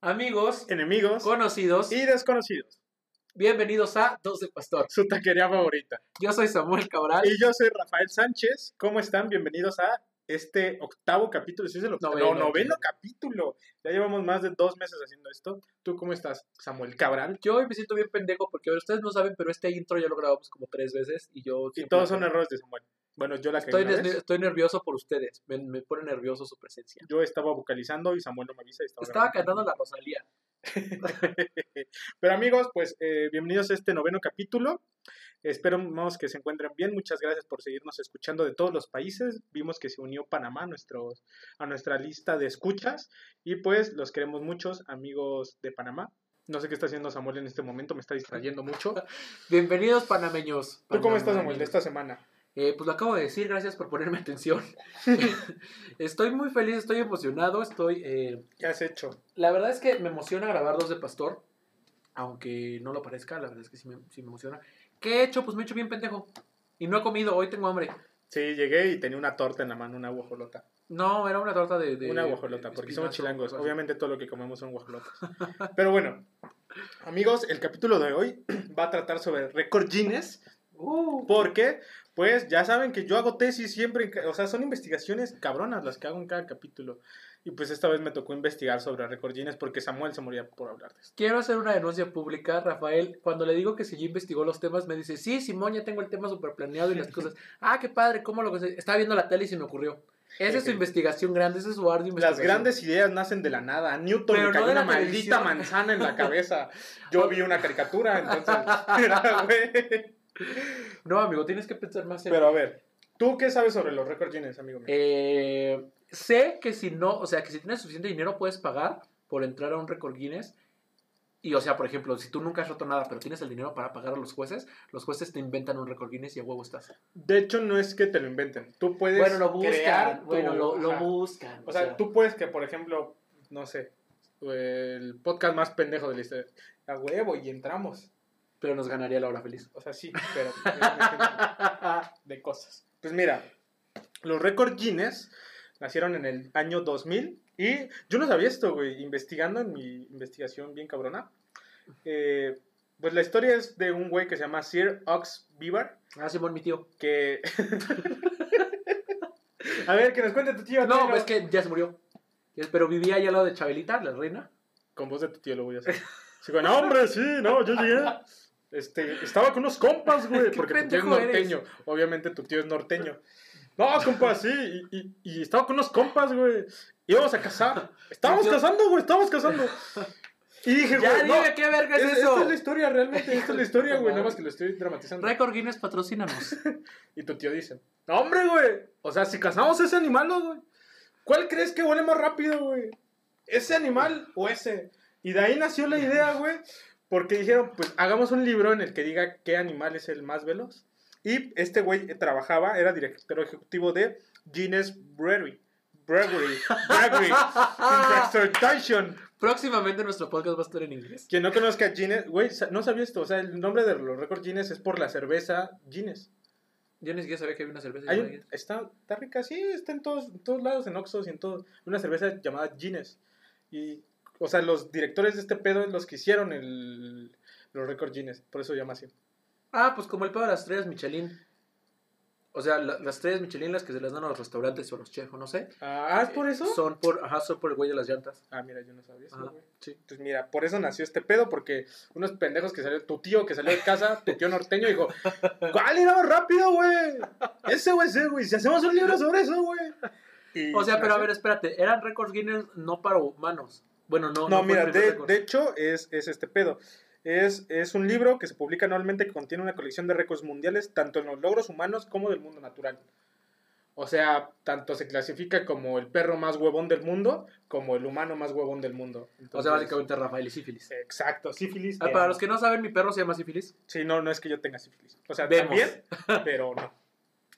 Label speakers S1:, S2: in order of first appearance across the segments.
S1: Amigos,
S2: Enemigos
S1: conocidos,
S2: y desconocidos.
S1: bienvenidos a Dos de Pastor.
S2: Su taquería favorita.
S1: Yo soy Samuel Cabral.
S2: Y yo soy Rafael Sánchez. ¿Cómo están? Bienvenidos a este octavo capítulo. ¿Sí es el octavo?
S1: Noveno.
S2: No, noveno capítulo. Ya llevamos más de dos meses haciendo esto. ¿Tú cómo estás, Samuel Cabral?
S1: Yo hoy me siento bien pendejo porque bueno, ustedes no saben, pero este intro ya lo grabamos como tres veces y yo...
S2: Y
S1: siempre-
S2: todos son errores de Samuel. Bueno, yo la cagué
S1: Estoy,
S2: una
S1: des-
S2: vez.
S1: estoy nervioso por ustedes, me, me pone nervioso su presencia.
S2: Yo estaba vocalizando y Samuel no me avisa. y Estaba,
S1: Estaba
S2: grabando.
S1: cantando la Rosalía.
S2: Pero amigos, pues eh, bienvenidos a este noveno capítulo. Esperamos que se encuentren bien. Muchas gracias por seguirnos escuchando de todos los países. Vimos que se unió Panamá a, nuestros- a nuestra lista de escuchas. Y pues los queremos muchos, amigos de Panamá. No sé qué está haciendo Samuel en este momento, me está distrayendo mucho.
S1: Bienvenidos panameños.
S2: ¿Tú cómo estás,
S1: Panameños.
S2: Samuel, de esta semana?
S1: Eh, pues lo acabo de decir, gracias por ponerme atención. estoy muy feliz, estoy emocionado, estoy... eh,
S2: ¿Qué has hecho?
S1: La verdad es que me emociona grabar Dos de Pastor. Aunque no lo parezca, la verdad es que sí me, sí me emociona. ¿Qué he hecho? Pues me he hecho bien pendejo. Y no he comido, hoy tengo hambre.
S2: Sí, llegué y tenía una torta en la mano, una guajolota.
S1: No, era una torta de. de-
S2: una guajolota, porque somos
S1: espinazo,
S2: chilangos.
S1: cosas así.
S2: Obviamente todo lo que comemos son guajolotas. Pero bueno, amigos, el capítulo de hoy va a tratar sobre récord Guinness,
S1: Uh,
S2: porque, pues, ya saben que yo hago tesis siempre, en ca- o sea, son investigaciones cabronas las que hago en cada capítulo. Y pues esta vez me tocó investigar sobre récord Guinness porque Samuel se moría por hablar de esto.
S1: quiero hacer una denuncia pública, Rafael. Cuando le digo que si yo investigó los temas, me dice: Sí, Simón, ya tengo el tema súper planeado y las cosas. Ah, qué padre, ¿cómo lo conseguí? Estaba viendo la tele y se me ocurrió. Esa es su investigación grande, ese es su ardua
S2: Las
S1: investigación.
S2: grandes ideas nacen de la nada. Newton
S1: Pero
S2: le
S1: no
S2: cayó
S1: de
S2: una
S1: la
S2: maldita
S1: televisión.
S2: manzana en la cabeza. Yo vi una caricatura, entonces. era, güey.
S1: No, amigo, tienes que pensar más en
S2: Pero a ver, ¿tú qué sabes sobre los récord Guinness, amigo mío?
S1: Eh, sé que si no, o sea, que si tienes suficiente dinero puedes pagar por entrar a un récord Guinness. Y, o sea, por ejemplo, si tú nunca has roto nada, pero tienes el dinero para pagar a los jueces, los jueces te inventan un récord Guinness y a huevo estás.
S2: De hecho, no es que te lo inventen. Tú puedes.
S1: Bueno, lo buscan.
S2: crear tu-
S1: Bueno, lo, lo
S2: ajá.
S1: buscan.
S2: O sea, tú puedes que, por ejemplo, no sé, el podcast más pendejo de la historia. A huevo, y entramos.
S1: Pero nos ganaría la hora feliz.
S2: O sea, sí, pero. era un ejemplo de cosas. Pues mira, los récord Guinness nacieron en el año 2000. Y yo no sabía esto, güey, investigando en mi investigación bien cabrona. eh, pues la historia es de un güey que se llama Sir Ox Beaver.
S1: ah, Simón, mi tío.
S2: Que. A ver, que nos cuente tu tío.
S1: No,
S2: Telo.
S1: pues es que ya se murió. Ya- Pero vivía allá al lado de Chabelita, la reina.
S2: Con voz de tu tío lo voy a hacer. Sí, güey, no, hombre, sí, no, yo llegué. Este, estaba con unos compas, güey,
S1: ¿Qué
S2: porque tu tío es
S1: pendejo eres?
S2: norteño. Obviamente tu tío es norteño. No, compas, sí, y, y- y estaba con unos compas, güey. Íbamos a cazar. Estábamos
S1: Tu tío-
S2: cazando, güey, estábamos cazando. Y dije,
S1: ya
S2: güey,
S1: dime
S2: no.
S1: qué verga es,
S2: es-
S1: eso.
S2: Esta es la historia, realmente, esta es la historia,
S1: Hijo de
S2: güey, nada
S1: madre.
S2: más que lo estoy dramatizando.
S1: Récord Guinness, patrocínanos.
S2: Y tu tío dice, no, hombre, güey. O sea, si cazamos ese animal, ¿no, güey. ¿Cuál crees que huele más rápido, güey? ¿Ese animal o ese? Y de ahí nació la idea, güey. Porque dijeron, pues hagamos un libro en el que diga qué animal es el más veloz. Y este güey trabajaba, era director ejecutivo de Guinness Brewery. Brewery. Brewery. Transportation.
S1: Próximamente nuestro podcast va a estar en inglés.
S2: Quien no conozca Guinness, güey, sa- no sabía esto. O sea, el nombre de los récords Guinness es por la cerveza Guinness.
S1: Yo ni siquiera sabía que había una cerveza.
S2: Hay
S1: llamada
S2: un-
S1: Guinness.
S2: está, está rica, sí, está en todos, en todos lados, en Oxxos y en todo. Una cerveza llamada Guinness. Y, o sea, los directores de este pedo los que hicieron el, los récord Guinness, por eso llama así.
S1: Ah, pues como el pedo de las estrellas Michelin. O sea, la- las estrellas Michelin las que se las dan a los restaurantes o a los chefs, o no sé.
S2: Ah, ¿es
S1: Eh,
S2: por eso?
S1: Son por, ajá, son por el güey de las llantas.
S2: Ah, mira, yo no sabía eso,
S1: Ajá,
S2: güey.
S1: sí.
S2: Pues mira, por eso nació este pedo, porque unos pendejos que salió, tu tío que salió de casa, tu tío norteño, dijo, ¿cuál era más rápido, güey? Ese güey, ese güey, si hacemos un libro sobre eso, güey. Y
S1: O sea, pero a
S2: nació.
S1: ver, espérate, eran récords Guinness no para humanos. Bueno, no.
S2: No,
S1: fue
S2: mira,
S1: el primer
S2: de,
S1: récord.
S2: de hecho es, es este pedo. Es, es un libro que se publica anualmente que contiene una colección de récords mundiales, tanto en los logros humanos como del mundo natural. O sea, tanto se clasifica como el perro más huevón del mundo, como el humano más huevón del mundo.
S1: O sea,
S2: Entonces,
S1: básicamente Rafael y sífilis.
S2: Exacto, sífilis.
S1: Ah,
S2: eh,
S1: para los que no saben, mi perro se llama sífilis.
S2: Sí, no, no es que yo tenga sífilis. O sea,
S1: Vemos.
S2: también, pero no.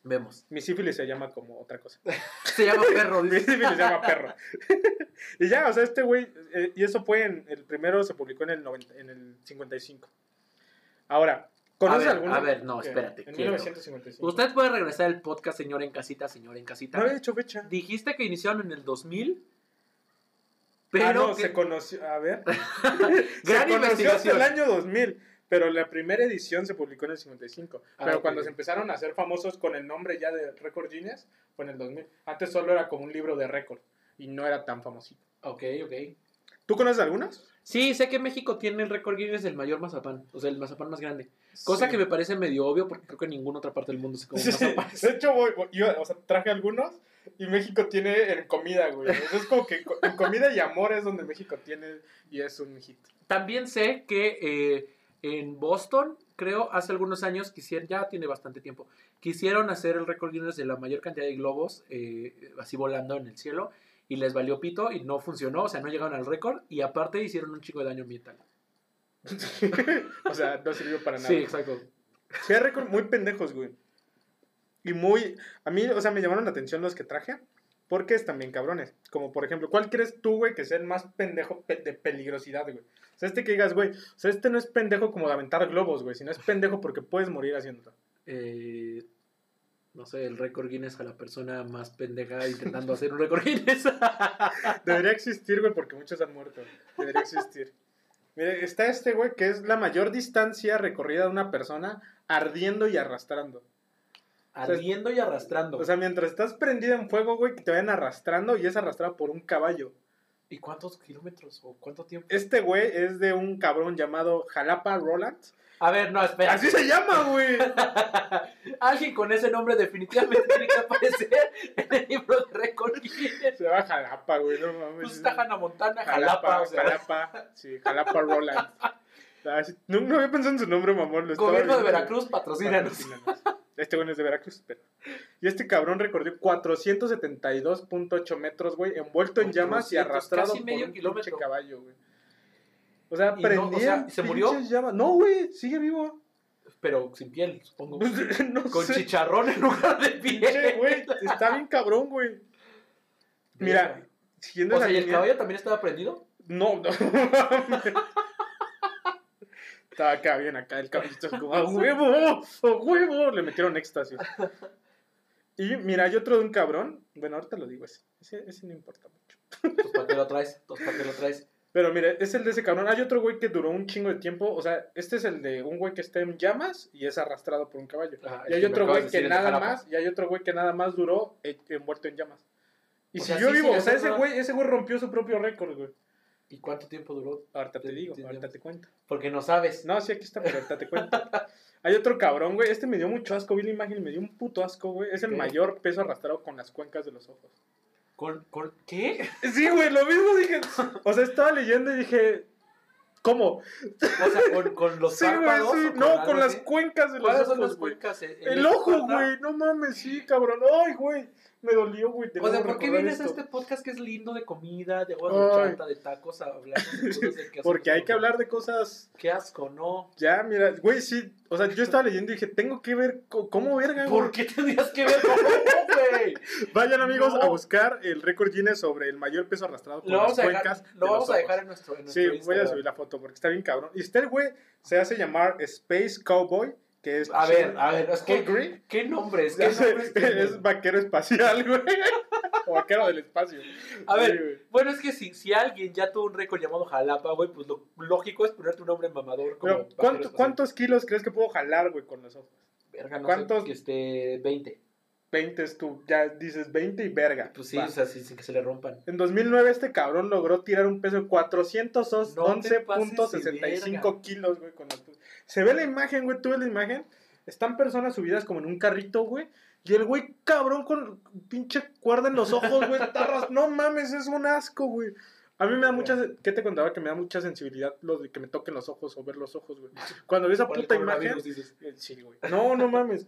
S1: Vemos.
S2: Mi sífilis se llama como otra cosa.
S1: Se llama perro.
S2: Mi
S1: dice.
S2: sífilis se llama perro. y ya, o sea, este güey, eh, y eso fue en, el primero se publicó en el, 90 en el 55. Ahora,
S1: a
S2: ¿conoces
S1: ver,
S2: alguna?
S1: a ver, no,
S2: Ok,
S1: espérate.
S2: En
S1: quiero.
S2: 1955.
S1: Usted puede regresar el podcast, señor en casita, señor en casita.
S2: Ah, No había dicho fecha.
S1: Dijiste que iniciaron en el 2000, Pero
S2: ah, no,
S1: que-
S2: se conoció, a ver,
S1: gran
S2: se conoció hasta
S1: investigación.
S2: el año 2000, pero la primera edición se publicó en el 55.
S1: Ah,
S2: pero
S1: ok.
S2: cuando se empezaron a hacer famosos con el nombre ya de Record Guinness, fue en el 2000. Antes solo era como un libro de récord y no era tan famosito.
S1: Ok, ok.
S2: ¿Tú conoces algunas?
S1: Sí, sé que México tiene el récord Guinness del mayor mazapán, o sea, el mazapán más grande. Cosa que me parece medio obvio porque creo que en ninguna otra parte del mundo se come
S2: Sí,
S1: mazapán.
S2: de hecho, voy- voy- yo, o sea, traje algunos y México tiene en comida, güey. Entonces, es como que en co- en comida y amor es donde México tiene y es un hit.
S1: También sé que eh, en Boston, creo, hace algunos años, quisieron, ya tiene bastante tiempo, quisieron hacer el récord Guinness de la mayor cantidad de globos eh, así volando en el cielo y les valió pito y no funcionó, o sea, no llegaron al récord y aparte hicieron un chico de daño ambiental.
S2: o sea, no sirvió para nada.
S1: Sí, exacto.
S2: Sí, hay récords muy pendejos, güey. Y muy. A mí, o sea, me llamaron la atención los que traje. Porque están bien cabrones. Como por ejemplo, ¿cuál crees tú, güey, que sea el más pendejo pe- de peligrosidad, güey? O sea, este que digas, güey, o sea, este no es pendejo como de aventar globos, güey, sino es pendejo porque puedes morir haciéndolo.
S1: Eh, no sé, el récord Guinness a la persona más pendeja intentando hacer un récord Guinness.
S2: Debería existir, güey, porque muchos han muerto. Debería existir. Mira, está este, güey, que es la mayor distancia recorrida de una persona ardiendo y arrastrando.
S1: Ardiendo y arrastrando.
S2: O sea, mientras estás prendido en fuego, güey, que te vayan arrastrando y es arrastrado por un caballo.
S1: ¿Y cuántos kilómetros o cuánto tiempo?
S2: Este güey es de un cabrón llamado Jalapa Roland.
S1: A ver, no, espera.
S2: Así se llama, güey.
S1: Alguien con ese nombre definitivamente tiene que aparecer en el libro de récord Guinness.
S2: Se llama Jalapa, güey, no mames.
S1: Pues está Hannah Montana, Jalapa, o
S2: Pues Jalapa,
S1: sea,
S2: Jalapa, sí, Jalapa Roland. Así- No, no había pensado en su nombre, mamón. lo estaba
S1: gobierno de
S2: viendo.
S1: Veracruz, patrocínanos.
S2: Patrocínanos. Este güey no es de Veracruz, pero. Y este cabrón recorrió 472.8 metros, güey, envuelto en llamas y
S1: 400,
S2: arrastrado
S1: casi
S2: por
S1: medio
S2: un
S1: kilómetro.
S2: pinche caballo, güey. O sea,
S1: Y no, o
S2: prendía
S1: sea,
S2: en
S1: ¿se murió?
S2: pinches llamas. No, güey, sigue vivo.
S1: Pero sin piel, supongo.
S2: no
S1: Con
S2: sé.
S1: chicharrón en lugar de
S2: Pinche,
S1: piel.
S2: güey, está bien cabrón, güey. Mira, siguiendo
S1: O sea,
S2: esa
S1: ¿y el
S2: línea-
S1: caballo también estaba prendido?
S2: No, no. Estaba acá bien acá el caballito como a huevo, a huevo, le metieron éxtasis. Y mira, hay otro de un cabrón, bueno, ahorita lo digo ese, ese, ese no importa mucho.
S1: Pues para qué lo traes, pues para qué lo traes.
S2: Pero mira, es el de ese cabrón. Hay otro güey que duró un chingo de tiempo, o sea, este es el de un güey que está en llamas y es arrastrado por un caballo.
S1: Ajá,
S2: Y
S1: el
S2: hay
S1: Ah, me
S2: otro
S1: acabas
S2: güey
S1: de
S2: que
S1: decir, el de
S2: nada
S1: Jalapa.
S2: más, y hay otro güey que nada más duró eh, envuelto en llamas. Y
S1: O
S2: si
S1: sea,
S2: yo
S1: sí
S2: vivo,
S1: sigue
S2: o sea, ese
S1: siendo-
S2: güey, ese güey rompió su propio récord, güey.
S1: ¿Y cuánto tiempo duró?
S2: Ahorita te
S1: Te-
S2: digo,
S1: te-
S2: ahorita te cuento.
S1: Porque no sabes.
S2: No, sí, aquí está, pero ahorita te cuento. Hay otro cabrón, güey. Este me dio mucho asco, vi la imagen y me dio un puto asco, güey. Es el
S1: Ok.
S2: mayor peso arrastrado con las cuencas de los ojos.
S1: ¿Con, con, ¿Qué?
S2: Sí, güey, lo mismo dije. O sea, estaba leyendo y dije. ¿Cómo?
S1: O sea, con, con los
S2: sí, güey,
S1: párpados.
S2: sí.
S1: o
S2: No,
S1: algo
S2: con las
S1: así?
S2: cuencas de los
S1: ¿Cuáles son las
S2: ojos, güey.
S1: cuencas? en- en
S2: El
S1: esta
S2: ojo,
S1: pata?
S2: güey. No mames, sí, cabrón. Ay, güey. Me dolió, güey. de
S1: O sea,
S2: nuevo
S1: ¿por qué
S2: recordar
S1: vienes a
S2: esto.
S1: este podcast que es lindo de comida, de agua de
S2: Ay.
S1: chanta, de tacos, a hablar de cosas de que
S2: Porque hay
S1: hacemos?
S2: que hablar de cosas.
S1: Qué asco, no.
S2: Ya, mira, güey, sí. O sea, yo estaba leyendo y dije, tengo que ver co- cómo verga, güey.
S1: ¿Por qué tendrías que ver con ojo, güey?
S2: Vayan amigos
S1: No.
S2: a buscar el récord Guinness sobre el mayor peso arrastrado con
S1: Lo
S2: las
S1: vamos, a
S2: cuencas.
S1: dejar, lo
S2: de los
S1: vamos a
S2: ojos.
S1: dejar en nuestro, en nuestro
S2: Sí, voy a
S1: Instagram.
S2: subir la foto porque está bien cabrón. Y este güey se hace llamar Space Cowboy, que es
S1: A ver, a ver, es que-
S2: Green.
S1: ¿Qué nombre es? ¿Qué
S2: Es,
S1: nombres tienen?
S2: es vaquero espacial, güey. O vaquero del espacio.
S1: A ver,
S2: Sí, güey.
S1: Bueno, es que si, si alguien ya tuvo un récord llamado Jalapa, güey, pues lo lógico es ponerte un nombre mamador como...
S2: Pero,
S1: Vaqueros
S2: ¿cuánto-
S1: Paseo.
S2: ¿Cuántos kilos crees que puedo jalar, güey, con los ojos?
S1: Verga, no
S2: cuántos?
S1: sé, que esté 20.
S2: 20 es tú, ya dices 20 y verga.
S1: Pues sí,
S2: Va.
S1: o sea, sí, sin que se le rompan.
S2: En 2009 este cabrón logró tirar un peso de
S1: No te pases de
S2: 411.65
S1: verga.
S2: kilos, güey. Con las... Se ve la imagen, güey, tú ves la imagen. Están personas subidas como en un carrito, güey. Y el güey cabrón con pinche cuerda en los ojos, güey. tarras. No mames, es un asco, güey. A mí me da mucha... ¿Qué te contaba? Que me da mucha sensibilidad lo de que me toquen los ojos o ver los ojos, güey. Cuando vi esa
S1: Por el
S2: puta imagen...
S1: coronavirus, dices.
S2: eh, Sí, güey. No, no mames.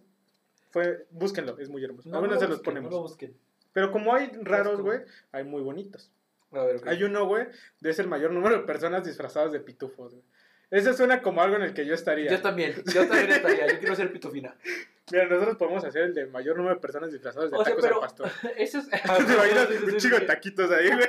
S2: Fue... Búsquenlo, es muy hermoso.
S1: Pues No,
S2: a
S1: no
S2: se
S1: lo
S2: los
S1: busquen,
S2: ponemos.
S1: No lo busquen.
S2: Pero como hay raros,
S1: Asco.
S2: güey, hay muy bonitos.
S1: A ver, ok.
S2: Hay uno, güey, de ser mayor número de personas disfrazadas de pitufos, güey. Ese suena como algo en el que yo estaría.
S1: Yo también, yo también estaría, yo quiero ser pitufina.
S2: Mira, nosotros podemos hacer el de mayor número de personas disfrazadas de
S1: O sea,
S2: tacos
S1: pero-
S2: al pastor.
S1: Eso es...
S2: Ah, ¿Te imaginas
S1: Sí, sí, sí,
S2: un
S1: sí,
S2: chico de
S1: sí.
S2: taquitos ahí, güey?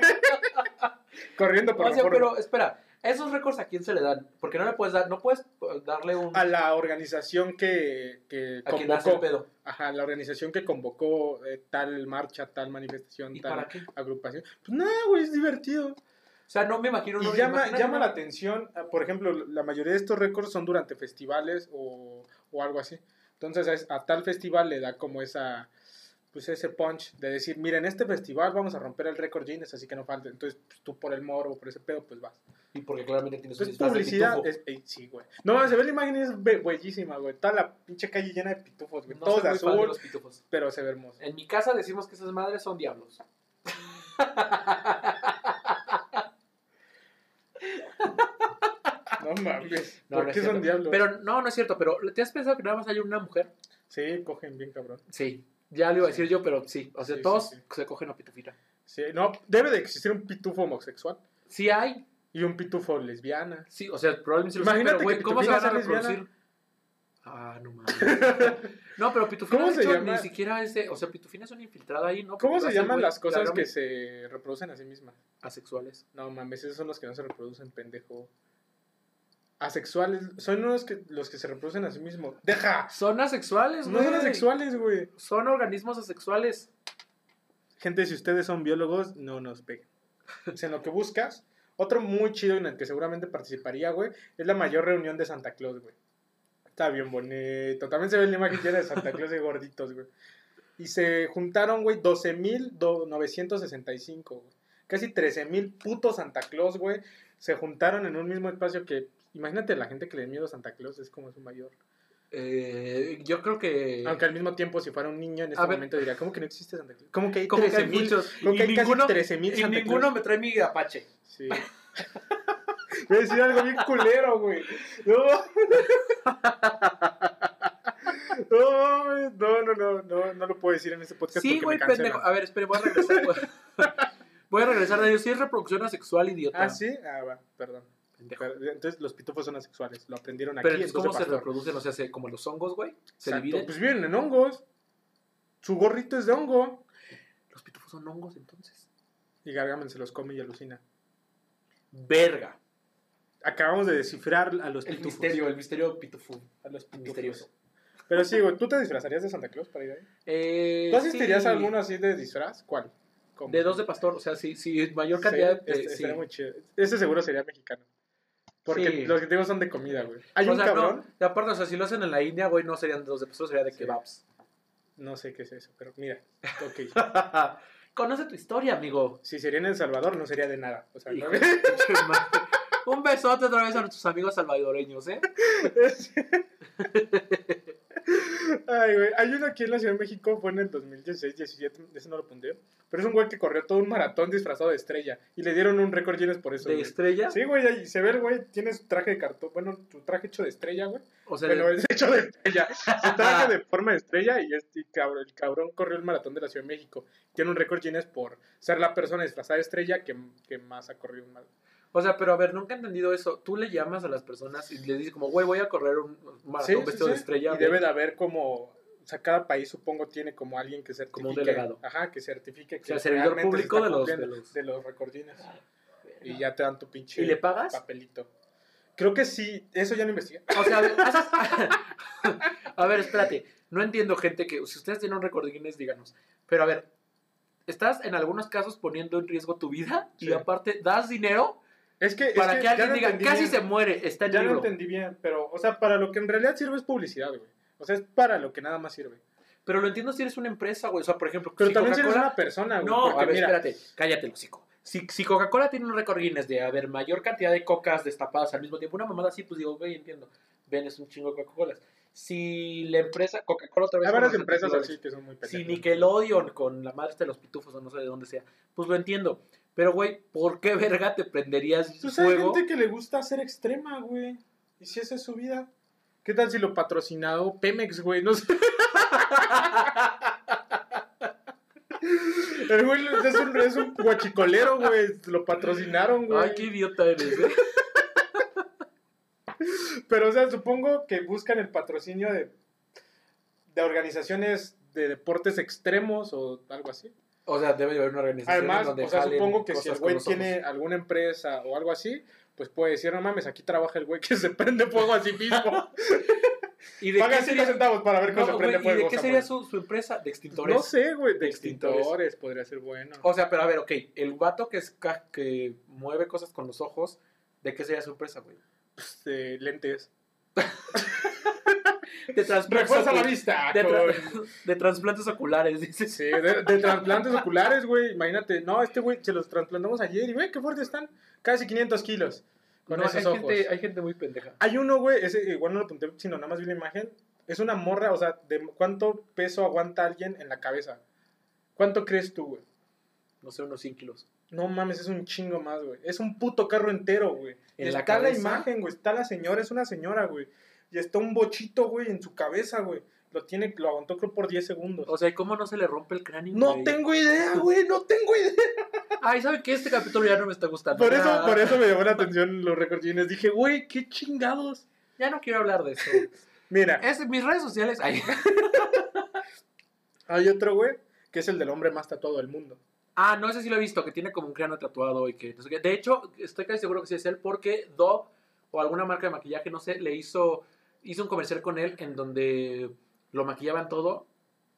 S2: Corriendo por
S1: O
S2: la
S1: sea,
S2: forma.
S1: pero espera, esos récords a quién se le dan? Porque no le puedes dar, no puedes eh, darle un
S2: A la organización que, que
S1: a quien hace el
S2: convocó.
S1: pedo.
S2: Ajá, la organización que convocó eh, tal marcha, tal manifestación,
S1: ¿Y
S2: tal
S1: para qué?
S2: agrupación. Pues nada, güey, es divertido.
S1: O sea, no me imagino.
S2: Y
S1: no-
S2: llama,
S1: imagínate,
S2: llama
S1: ¿no?
S2: la atención, ah, por ejemplo, la mayoría de estos récords son durante festivales o, o algo así. Entonces es- a tal festival le da como esa, pues ese punch de decir, miren, este festival vamos a romper el récord Guinness, así que no falte. Entonces pues, tú por el morbo, por ese pedo, pues vas.
S1: Y porque claramente tienes
S2: Entonces
S1: disfraz de
S2: publicidad,
S1: pitufo.
S2: es, eh, sí, güey. No, se ve la imagen y es be- bellísima, güey. Toda la pinche calle llena de pitufos, güey.
S1: No
S2: Todos
S1: soy
S2: de
S1: muy fan de
S2: azul,
S1: los pitufos.
S2: pero se ve hermoso.
S1: En mi casa decimos que esas madres son diablos.
S2: No mames.
S1: No,
S2: ¿Por
S1: no es
S2: qué
S1: cierto.
S2: son diablos?
S1: Pero no, no es cierto. Pero ¿te has pensado que nada más hay una mujer?
S2: Sí, cogen bien, cabrón.
S1: Sí. Ya lo iba a decir yo, pero sí. O sea,
S2: Sí, sí,
S1: todos
S2: sí.
S1: se cogen a pitufita.
S2: Sí, no, debe de existir un pitufo homosexual.
S1: Sí hay.
S2: Y un pitufo lesbiana.
S1: Sí, o sea, probablemente sí lo sé,
S2: Imagínate
S1: pero, güey,
S2: que
S1: ¿cómo se
S2: Pitufina
S1: van a
S2: sea lesbiana.
S1: reproducir? Ah, no mames. No, pero Pitufina,
S2: ¿Cómo
S1: de
S2: se
S1: hecho,
S2: llama?
S1: ni siquiera es de... O sea, Pitufina es un infiltrado ahí, ¿no?
S2: ¿Cómo
S1: Porque
S2: se
S1: hace,
S2: llaman
S1: güey,
S2: las cosas
S1: claramente
S2: que se reproducen a sí mismas?
S1: Asexuales.
S2: No mames, esos son los que no se reproducen, pendejo. Asexuales, son unos que, los que se reproducen a sí mismos. ¡Deja!
S1: Son asexuales,
S2: No
S1: güey.
S2: son asexuales, güey.
S1: Son organismos asexuales.
S2: Gente, si ustedes son biólogos, no nos peguen. Es en lo que buscas. Otro muy chido en el que seguramente participaría, güey, es la mayor reunión de Santa Claus, güey. Está bien bonito. También se ve la imagen llena de Santa Claus de gorditos, güey. Y se juntaron, güey, 12.965, güey. Casi 13.000 putos Santa Claus, güey. Se juntaron en un mismo espacio que... Imagínate la gente que le da miedo a Santa Claus, es como su mayor.
S1: Eh, yo creo que...
S2: Aunque al mismo tiempo, si fuera un niño en este
S1: A ver.
S2: momento, diría, ¿cómo que no existe Santa Claus? ¿Cómo que hay
S1: Como que hay
S2: 13.000?
S1: muchos.
S2: Creo que
S1: y
S2: hay casi
S1: ninguno,
S2: 13.000
S1: y
S2: Santa
S1: ninguno me trae mi apache.
S2: Sí. Voy a decir algo bien culero, güey. No. No, mames, no, no, no, no, no lo puedo decir en este podcast.
S1: Sí,
S2: porque
S1: güey,
S2: me cancelan.
S1: pendejo. A ver, espere, voy a regresar. güey. voy a regresar de ellos. Sí es reproducción asexual, idiota.
S2: Ah, sí, ah, va, perdón.
S1: Pendejo.
S2: Pero, Entonces los pitufos son asexuales, lo aprendieron aquí.
S1: Pero entonces, ¿cómo se
S2: entonces, pasó.
S1: reproducen? O sea, se- como los hongos, güey. Se
S2: Exacto,
S1: dividen.
S2: Pues vienen en hongos. Su gorrito es de hongo.
S1: Los pitufos son hongos, entonces.
S2: Y Gargamel se los come y alucina.
S1: Verga.
S2: Acabamos de descifrar a los
S1: El
S2: pitufos.
S1: misterio, el misterio pitufo.
S2: A los pitufos.
S1: Misterioso.
S2: Pero sí, güey, ¿tú te disfrazarías de Santa Claus para ir ahí?
S1: Eh,
S2: ¿Tú asistirías
S1: sí.
S2: a alguno así de disfraz? ¿Cuál? ¿Cómo?
S1: De dos de pastor, o sea, sí, sí, mayor
S2: Sí,
S1: cantidad de.
S2: este-
S1: sí.
S2: estaría muy chido. Ese seguro sería mexicano. Porque
S1: Sí.
S2: los que tengo son de comida, güey. Hay
S1: o
S2: un
S1: sea,
S2: cabrón.
S1: No, aparte, o sea, si lo hacen en la India, güey, no serían de dos de pastor, sería de
S2: Sí.
S1: kebabs.
S2: No. sé qué es eso, pero mira. Ok.
S1: Conoce tu historia, amigo.
S2: si sería en El Salvador, no sería de nada. O sea,
S1: Hijo
S2: ¿no?
S1: de pinche madre. Un besote otra vez a nuestros amigos salvadoreños, ¿eh?
S2: Ay, güey. Hay uno aquí en la Ciudad de México, fue en el 2016-17. Ese no lo apunté. Pero es un güey que corrió todo un maratón disfrazado de estrella. Y le dieron un récord Guinness por eso.
S1: De
S2: güey.
S1: estrella.
S2: Sí, güey, ahí se ve el güey, tiene su traje de cartón, bueno, su traje hecho de estrella, güey.
S1: O sea,
S2: Bueno, es hecho de estrella. Se traje de forma de estrella y este cabrón, el cabrón corrió el maratón de la Ciudad de México. Tiene un récord Guinness por ser la persona disfrazada de estrella que, que más ha corrido un maratón.
S1: o sea, pero a ver, nunca he entendido eso. Tú le llamas a las personas y le dices como, güey, voy a correr un un
S2: Sí,
S1: maratón
S2: sí,
S1: vestido de
S2: sí.
S1: estrella.
S2: Y
S1: güey.
S2: debe de haber como, o sea, cada país supongo tiene como alguien que certifique.
S1: Como un delegado.
S2: Ajá, que certifique que
S1: sea, el servidor
S2: realmente se
S1: público
S2: está
S1: de los- de
S2: cumpliendo
S1: los- Ah,
S2: de los récord Guinness. Y ya te dan tu pinche
S1: ¿Y le pagas?
S2: papelito. Creo que sí, eso ya lo investigué.
S1: O sea, a ver, haces- a ver, espérate. No entiendo, gente, que si ustedes tienen un récord Guinness, díganos. Pero a ver, estás en algunos casos poniendo en riesgo tu vida y
S2: Sí.
S1: aparte das dinero
S2: Es que es
S1: para
S2: que
S1: que,
S2: ya
S1: alguien
S2: lo
S1: diga,
S2: entendí
S1: casi
S2: bien.
S1: se muere, está en
S2: Ya lo
S1: libro.
S2: entendí bien, pero, o sea, para lo que en realidad sirve es publicidad, güey. O sea, es para lo que nada más sirve.
S1: Pero lo entiendo si eres una empresa, güey. O sea, por ejemplo,
S2: Pero
S1: si
S2: también si eres
S1: Coca-Cola-
S2: una persona, güey.
S1: No,
S2: porque
S1: a ver,
S2: mira,
S1: espérate, cállate, el hocico. Si, si Coca-Cola tiene un récord Guinness de haber mayor cantidad de cocas destapadas al mismo tiempo, una mamada así, pues digo, güey, entiendo. Ven, es un chingo de Coca-Colas. Si la empresa, Coca-Cola otra vez.
S2: hay
S1: con
S2: varias
S1: los
S2: empresas
S1: anteriores,
S2: así que son muy
S1: Si
S2: pequeñas.
S1: Nickelodeon con la madre este de los pitufos o no sé de dónde sea, pues lo entiendo. Pero, güey, ¿por qué verga te prenderías
S2: Pues hay
S1: fuego?
S2: gente que le gusta ser extrema, güey. Y si esa es su vida. ¿Qué tal si lo patrocinado Pemex, güey? No sé. El güey es un, es un guachicolero, güey. Lo patrocinaron, güey.
S1: Ay, qué idiota eres, ¿eh?
S2: Pero, o sea, supongo que buscan el patrocinio de, de organizaciones de deportes extremos o algo así.
S1: O sea, debe de haber una organización. en
S2: Además,
S1: donde
S2: o sea,
S1: jalen
S2: supongo que si el
S1: cosas
S2: güey
S1: con los ojos.
S2: tiene alguna empresa o algo así, pues puede decir, no mames, aquí trabaja el güey que se prende fuego a sí mismo.
S1: ¿Y de
S2: Paga
S1: qué
S2: 5
S1: sería,
S2: centavos para ver cómo
S1: no,
S2: se
S1: güey,
S2: prende
S1: ¿y
S2: fuego.
S1: de qué
S2: Samuel.
S1: sería su, su empresa? De extintores.
S2: No sé, güey. De
S1: De extintores. Oh.
S2: extintores. podría ser bueno.
S1: O sea, pero a ver, ok. El vato que, es ca- que mueve cosas con los ojos, ¿de qué sería su empresa, güey?
S2: Pues, eh, lentes.
S1: De trasplantes,
S2: Refuerza la
S1: ocul-
S2: vista. ah,
S1: de, tra-
S2: con-
S1: de trasplantes oculares, dices.
S2: Sí, de, de trasplantes oculares, güey. Imagínate. No, este güey se los trasplantamos ayer y, güey, qué fuertes están. Casi 500 kilos. Con
S1: No,
S2: esos
S1: hay,
S2: ojos.
S1: gente, hay gente muy pendeja.
S2: Hay uno, güey, ese igual no lo apunté, sino nada más vi la imagen. Es una morra, o sea, de cuánto peso aguanta alguien en la cabeza. ¿Cuánto crees tú, güey?
S1: No sé, unos 100 kilos.
S2: No mames, es un chingo más, güey. Es un puto carro entero, güey.
S1: ¿En la
S2: Está la,
S1: cabeza?
S2: imagen, güey. Está la señora, es una señora, güey. Y está un bochito, güey, en su cabeza, güey. Lo tiene, lo aguantó creo por 10 segundos.
S1: O sea, ¿y cómo no se le rompe el cráneo?
S2: no
S1: güey?
S2: tengo idea, güey, no tengo idea.
S1: Ay, ¿saben qué? Este capítulo ya no me está gustando.
S2: Por eso,
S1: Ya-
S2: por eso me llamó la atención los recordines. Dije, güey, qué chingados.
S1: Ya no quiero hablar de eso.
S2: Mira,
S1: Es, mis redes sociales. Ay.
S2: hay otro, güey, que es el del hombre más tatuado del mundo.
S1: Ah, no, ese sí lo he visto, que tiene como un cráneo tatuado y que no sé qué. De hecho, estoy casi seguro que sí es él porque Dove o alguna marca de maquillaje, no sé, le hizo, hizo un comercial con él en donde lo maquillaban todo.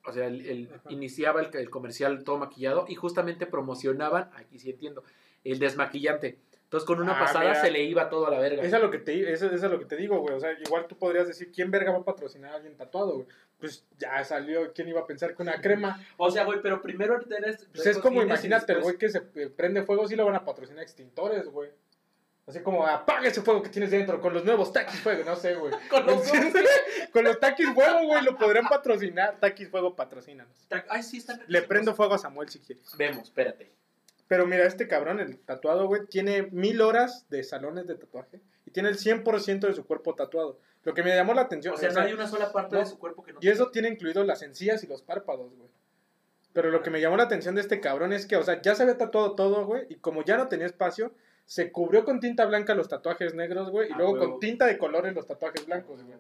S1: O sea, el, el-
S2: Ajá.
S1: iniciaba el, el comercial todo maquillado y justamente promocionaban, aquí sí entiendo, el desmaquillante. Entonces con una
S2: Ah,
S1: pasada
S2: mira.
S1: se le iba todo a la verga.
S2: Es a lo que te, es, es a lo que te digo, güey. O sea, igual tú podrías decir, ¿quién verga va a patrocinar a alguien tatuado, güey? Pues ya salió, ¿quién iba a pensar que una crema?
S1: O sea, güey, pero primero eres...
S2: Pues es como,
S1: cines y
S2: imagínate, el
S1: después-
S2: güey que se eh, prende fuego, sí lo van a patrocinar extintores, güey. Así como, apaga ese fuego que tienes dentro con los nuevos taquis fuego, no sé, güey.
S1: Con los
S2: ¿Entiendes? con los taquis fuego, güey, lo podrán patrocinar. pues. Taquis fuego, patrocínanos.
S1: Ay, sí, están...
S2: Le prendo fuego a Samuel si quieres.
S1: Vemos, espérate.
S2: Pero mira, este cabrón, el tatuado, güey, tiene mil horas de salones de tatuaje y tiene el 100% de su cuerpo tatuado. Lo que me llamó la atención.
S1: O sea,
S2: o
S1: no
S2: sea,
S1: hay una sola parte
S2: no.
S1: de su cuerpo que no...
S2: Y eso tiene incluido las encías y los párpados, güey. Pero lo que me llamó la atención de este cabrón es que, o sea, ya se había tatuado todo, güey, y como ya no tenía espacio, se cubrió con tinta blanca los tatuajes negros, güey, y
S1: Ah,
S2: luego
S1: huevo.
S2: con tinta de colores los tatuajes blancos, güey.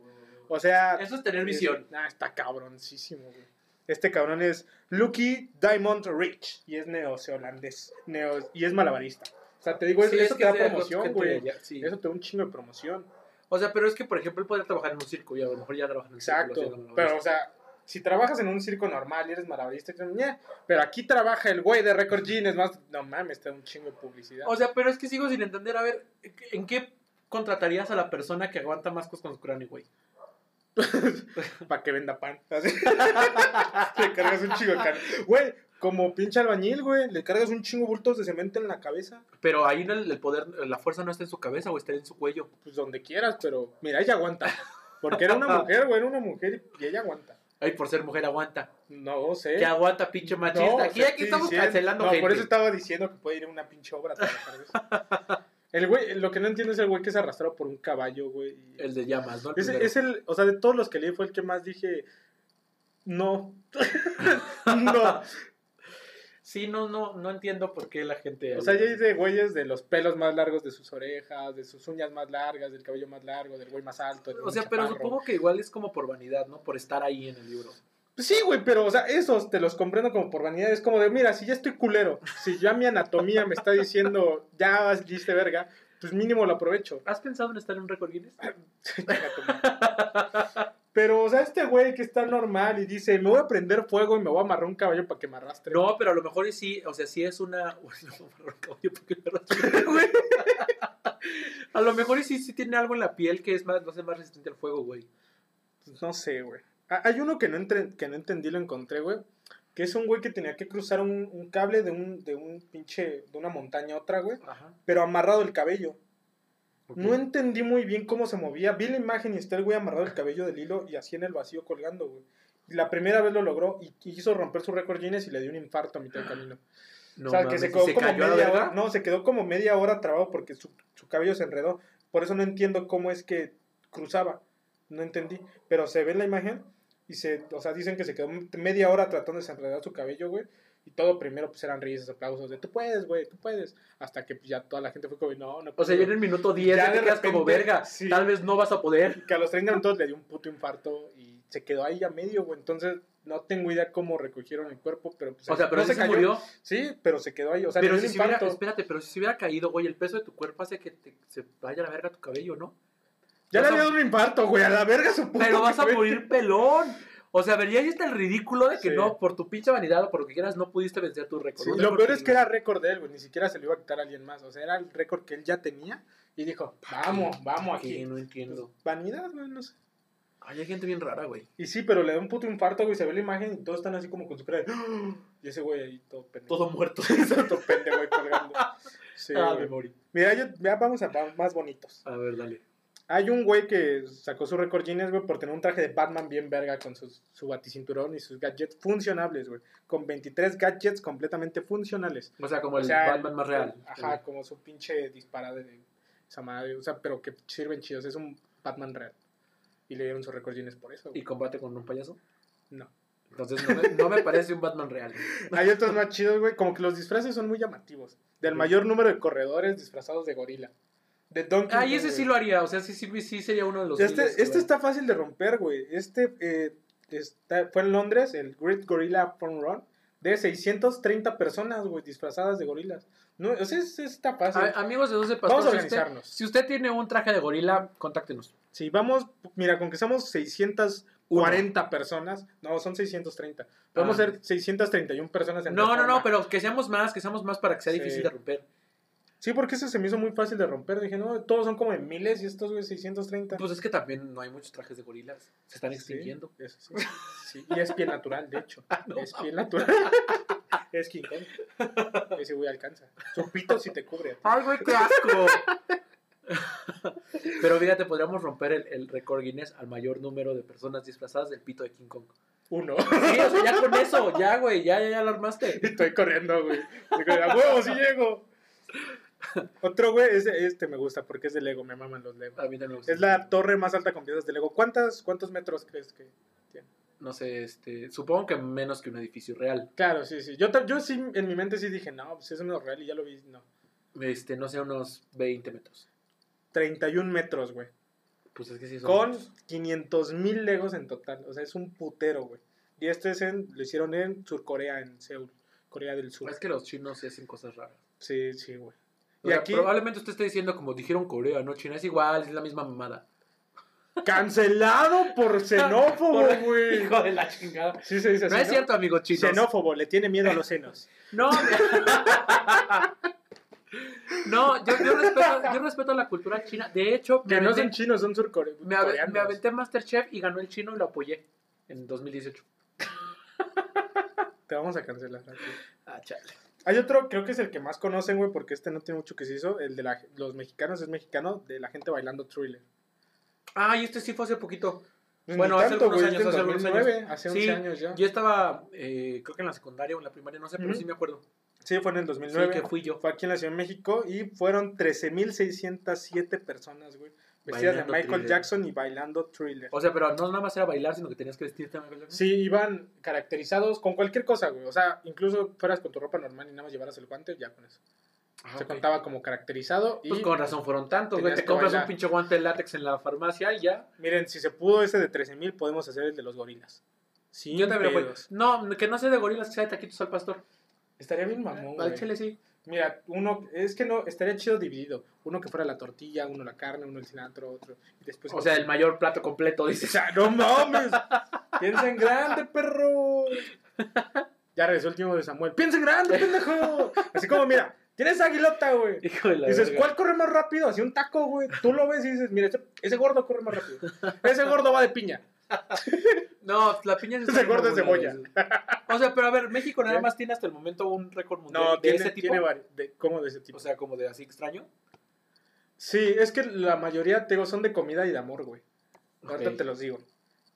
S2: O sea...
S1: Eso es tener
S2: es-
S1: visión.
S2: Ah, está cabroncísimo, güey. Este cabrón es Lucky Diamond Rich y es neozelandés neo- y es malabarista. O sea, te digo, es-
S1: Sí,
S2: eso
S1: es
S2: te
S1: que
S2: da
S1: sea
S2: promoción,
S1: gente de
S2: güey.
S1: allá, sí.
S2: Eso te da un chingo de promoción.
S1: O sea, pero es que, por ejemplo, él podría trabajar en un circo y a lo mejor ya trabaja en un circo.
S2: Exacto.
S1: así como lo
S2: Pero,
S1: ves.
S2: o sea, si trabajas en un circo normal y eres malabarista, te- ñe, pero aquí trabaja el güey de Record Jeans, más. No mames, te da un chingo de publicidad.
S1: O sea, pero es que sigo sin entender, a ver, ¿en qué contratarías a la persona que aguanta más cosas con su cráneo, güey?
S2: Para que venda pan. Así. le cargas un chingo de carne. Güey, como pinche albañil, güey, le cargas un chingo bultos de cemento en la cabeza.
S1: Pero ahí el, el poder, la fuerza no está en su cabeza o está en su cuello.
S2: pues donde quieras, pero mira, ella aguanta. Porque era una
S1: Ah.
S2: mujer, güey, era una mujer y ella aguanta.
S1: Ay, por ser mujer, aguanta.
S2: No sé.
S1: Que aguanta, pinche machista.
S2: No, o
S1: aquí
S2: sea,
S1: aquí
S2: estoy
S1: estamos
S2: diciendo-
S1: cancelando
S2: No,
S1: gente.
S2: por eso estaba diciendo que puede ir a una pinche obra. a trabajar de eso. el güey, lo que no entiendo es el güey que se arrastró por un caballo, güey. y-
S1: El de llamas, ¿no? El
S2: Es,
S1: primero.
S2: es el, o sea, de todos los que leí fue el que más dije, no, no.
S1: Sí, no, no, no entiendo por qué la gente...
S2: O sea, ya hay de güeyes de los pelos más largos de sus orejas, de sus uñas más largas, del cabello más largo, del güey más alto. del
S1: O sea, pero
S2: chaparro.
S1: supongo que igual es como por vanidad, ¿no? Por estar ahí en el libro.
S2: Pues Sí, güey, pero, o sea, esos te los comprendo como por vanidad. Es como de, mira, si ya estoy culero, si ya mi anatomía me está diciendo, ya valiste verga, pues mínimo lo aprovecho.
S1: ¿Has pensado en estar en un récord Guinness?
S2: Ah, Chinga tu madre. pero, o sea, este güey que está normal y dice, me voy a prender fuego y me voy a amarrar un caballo para que me arrastre.
S1: No, pero a lo mejor y sí, o sea, sí es una. Uy, no, por favor, oye, ¿por qué me rasgué?
S2: güey.
S1: a lo mejor y sí, sí tiene algo en la piel que es más, no sé, más resistente al fuego, güey.
S2: Pues No sé, güey. Ah, Hay uno que no, entre- que no entendí, lo encontré, güey. Que es un güey que tenía que cruzar un, un cable de un, de un pinche, de una montaña a otra, güey.
S1: Ajá.
S2: Pero amarrado el cabello.
S1: ok.
S2: No entendí muy bien cómo se movía. Vi la imagen y está el güey amarrado el cabello del hilo y así en el vacío colgando, güey. Y La primera vez lo logró y y quiso romper su récord Guinness y le dio un infarto a mitad del camino.
S1: No
S2: o sea,
S1: mames,
S2: que se
S1: ¿y
S2: quedó como
S1: cayó a la
S2: media
S1: verga?
S2: hora. No, se quedó como media hora trabado porque su, su cabello se enredó. Por eso no entiendo cómo es que cruzaba. No entendí. Pero se ve en la imagen y se, o sea, dicen que se quedó media hora tratando de desenredar su cabello, güey. Y todo primero pues eran risas, aplausos de tú puedes, güey, tú puedes. Hasta que pues, ya toda la gente fue como, no, no
S1: O sea,
S2: puedo".
S1: ya en el minuto 10
S2: Ya
S1: ya te
S2: de
S1: quedas como
S2: repente,
S1: verga.
S2: sí.
S1: Tal vez no vas a poder.
S2: que a los 30 minutos le dio un puto infarto y se quedó ahí a medio, güey. Entonces, no tengo idea cómo recogieron el cuerpo, pero pues.
S1: O sea, pero
S2: no
S1: sí se, murió.
S2: Sí, pero se quedó ahí. O sea,
S1: pero
S2: le dio
S1: si
S2: un
S1: se hubiera,
S2: infarto.
S1: espérate, pero si se hubiera caído, güey, el peso de tu cuerpo hace que te- se vaya a la verga tu cabello, ¿no?
S2: Ya le
S1: Vas a-
S2: había dado un infarto, güey. A la verga su puta.
S1: Pero vas a
S2: madre.
S1: morir pelón. O sea, vería ahí está el ridículo de que
S2: Sí.
S1: no, por tu pinche vanidad o por lo que quieras, no pudiste vencer tu récord.
S2: Sí,
S1: Un
S2: lo
S1: récord
S2: peor es que era récord de él, güey. Ni siquiera se lo iba a quitar a alguien más. O sea, era el récord que él ya tenía. Y dijo, vamos, vamos
S1: Que
S2: aquí.
S1: no entiendo.
S2: Vanidad, güey, no sé.
S1: Ay, hay gente bien rara, güey.
S2: Y sí, pero le da un puto infarto, güey. Se ve la imagen y todos están así como con su cara de. "Ah". Y ese güey ahí todo pendejo.
S1: Todo muerto.
S2: todo pendejo, güey, colgando. Sí,
S1: ah, me
S2: güey.
S1: morí.
S2: Mira, yo, ya vamos a pa- más bonitos.
S1: A ver, dale.
S2: Hay un güey que sacó su récord Guinness, güey, por tener un traje de Batman bien verga con sus, su baticinturón y sus gadgets funcionables, güey. Con 23 gadgets completamente funcionales.
S1: O sea, como
S2: O
S1: el
S2: sea,
S1: Batman más real.
S2: Ajá, como su pinche disparada de esa madre. O sea, pero que sirven chidos. Es un Batman real. Y le dieron su récord Guinness por eso,
S1: Y
S2: güey.
S1: combate con un payaso.
S2: No.
S1: Entonces no me, no me parece un Batman real.
S2: Hay otros más chidos, güey. Como que los disfraces son muy llamativos. Del mayor número de corredores disfrazados de gorila. De Donkey
S1: Ah, y
S2: Kong,
S1: ese
S2: güey.
S1: sí lo haría. O sea, sí, sí, sí sería uno de los.
S2: Este,
S1: miles que
S2: este
S1: va.
S2: está fácil de romper, güey. Este eh, está- fue en Londres, el Great Gorilla Fun Run, de 630 personas, güey, disfrazadas de gorilas. No, o sea, es- está fácil.
S1: A- amigos de 12
S2: vamos a
S1: Pastores, si, usted-
S2: organizarnos.
S1: si usted tiene un traje de gorila, contáctenos.
S2: Sí, vamos, mira, con que somos 640 personas, no, son 630. Vamos
S1: Ah.
S2: a ser 631 personas en
S1: No, no,
S2: Reforma.
S1: no, pero que seamos más, que seamos más para que sea
S2: Sí.
S1: difícil de romper.
S2: Sí, porque ese se me hizo muy fácil de romper. Dije, no, todos son como de miles y estos, güey, 630.
S1: Pues es que también no hay muchos trajes de gorilas. Se están extinguiendo.
S2: Sí, eso pues, sí. Sí, y es piel natural, de hecho.
S1: Ah, no.
S2: Es piel natural. es King Kong. Ese güey alcanza. Su pito si te cubre.
S1: ¡Ay, güey, qué asco! Pero fíjate, podríamos romper el, el récord Guinness al mayor número de personas disfrazadas del pito de King Kong.
S2: Uno.
S1: Sí, o sea, ya con eso, ya, güey, ya, ya, ya lo armaste.
S2: Estoy corriendo, güey. Estoy corriendo. ¡A huevo, sí llego! Otro, güey, ese- este me gusta porque es de Lego. Me maman los Lego.
S1: A mí también me gusta.
S2: Es la torre más alta con piezas de Lego. ¿Cuántas, ¿Cuántos metros crees que...?
S1: No sé, este, supongo que menos que un edificio real.
S2: Claro, sí, sí. Yo, ta- yo sí, en mi mente sí dije, no, pues es uno real y ya lo vi, no.
S1: Este, no sé, unos 20 metros.
S2: 31 metros, güey.
S1: Pues es que sí son
S2: Con
S1: muchos.
S2: 500 mil legos en total. O sea, es un putero, güey. Y esto es en, lo hicieron en Surcorea, en Seúl, Corea del Sur.
S1: Es que los chinos sí hacen cosas raras.
S2: Sí, sí, güey.
S1: O
S2: Y
S1: sea,
S2: aquí-
S1: Probablemente usted esté diciendo como dijeron Corea, ¿no? China es igual, es la misma mamada.
S2: Cancelado por xenófobo,
S1: Por-
S2: güey.
S1: de la chingada.
S2: Sí, se dice
S1: No es cierto, amigo chinos.
S2: Xenófobo, le tiene miedo a los senos.
S1: No. no, yo, yo respeto, yo respeto la cultura china. De hecho, me
S2: Que no
S1: aventé,
S2: son chinos, son surcoreanos.
S1: me, ave- me aventé Masterchef y ganó el chino y lo apoyé en 2018.
S2: Te vamos a cancelar. aquí.
S1: Ah, chale.
S2: Hay otro, creo que es el que más conocen, güey, porque este no tiene mucho que se hizo. El de la- los mexicanos es mexicano, de la gente bailando thriller.
S1: Ah, y este sí fue hace poquito.
S2: Pues
S1: Bueno,
S2: ni
S1: hace
S2: tanto,
S1: algunos
S2: güey,
S1: años,
S2: este en
S1: hace algunos
S2: 2009, Hace 11
S1: Sí,
S2: años ya.
S1: Yo estaba, eh, creo que en la secundaria o en la primaria, no sé, pero
S2: Ujú.
S1: sí me acuerdo.
S2: Sí, fue en el
S1: Sí,
S2: 2009.
S1: que fui yo.
S2: Fue aquí en la Ciudad de México y fueron 13.607 personas, güey. Vestidas
S1: Bailando
S2: de Michael
S1: Thriller.
S2: Jackson y bailando thriller.
S1: O sea, pero no nada más era bailar, sino que tenías que vestirte. ¿me acuerdo?
S2: Sí, iban caracterizados con cualquier cosa, güey. O sea, incluso fueras con tu ropa normal y nada más llevaras el guante, ya con eso.
S1: Ah,
S2: Se
S1: ok.
S2: contaba como caracterizado y...
S1: Pues con razón fueron tantos, güey.
S2: Tenías
S1: Te
S2: que
S1: compras
S2: bailar.
S1: un pinche guante de látex en la farmacia y ya.
S2: Miren, si se pudo ese de 13.000, podemos hacer el de los gorilas. Sí,
S1: Yo también lo juego. No, que no sea de gorilas, que sea de taquitos al pastor.
S2: Estaría bien mamón,
S1: al
S2: güey.
S1: chile sí.
S2: Mira, uno, es que no, estaría chido dividido. Uno que fuera la tortilla, uno la carne, uno el cilantro, otro. Y después
S1: O sea, el mayor plato completo,
S2: O
S1: dices.
S2: sea, no mames. Piensa en grande, perro. Ya regresó el tiempo de Samuel. Piensa en grande, pendejo. Así como, mira, tienes aguilota, güey.
S1: Hijo de la
S2: Dices,
S1: verga.
S2: ¿cuál corre más rápido? Así un taco, güey. Tú lo ves y dices, mira, ese, ese gordo corre más rápido. Ese gordo va de piña.
S1: No, la piña es
S2: Ese gordo es cebolla.
S1: O sea, pero a ver, México nada
S2: ¿Eh?
S1: más tiene hasta el momento un récord mundial
S2: No,
S1: de
S2: tiene,
S1: ese tipo.
S2: tiene vari- de- ¿Cómo de ese tipo?
S1: o sea, como de así extraño.
S2: sí, es que la mayoría, te digo, son de comida y de amor, güey. Ahorita
S1: Ok.
S2: te los digo.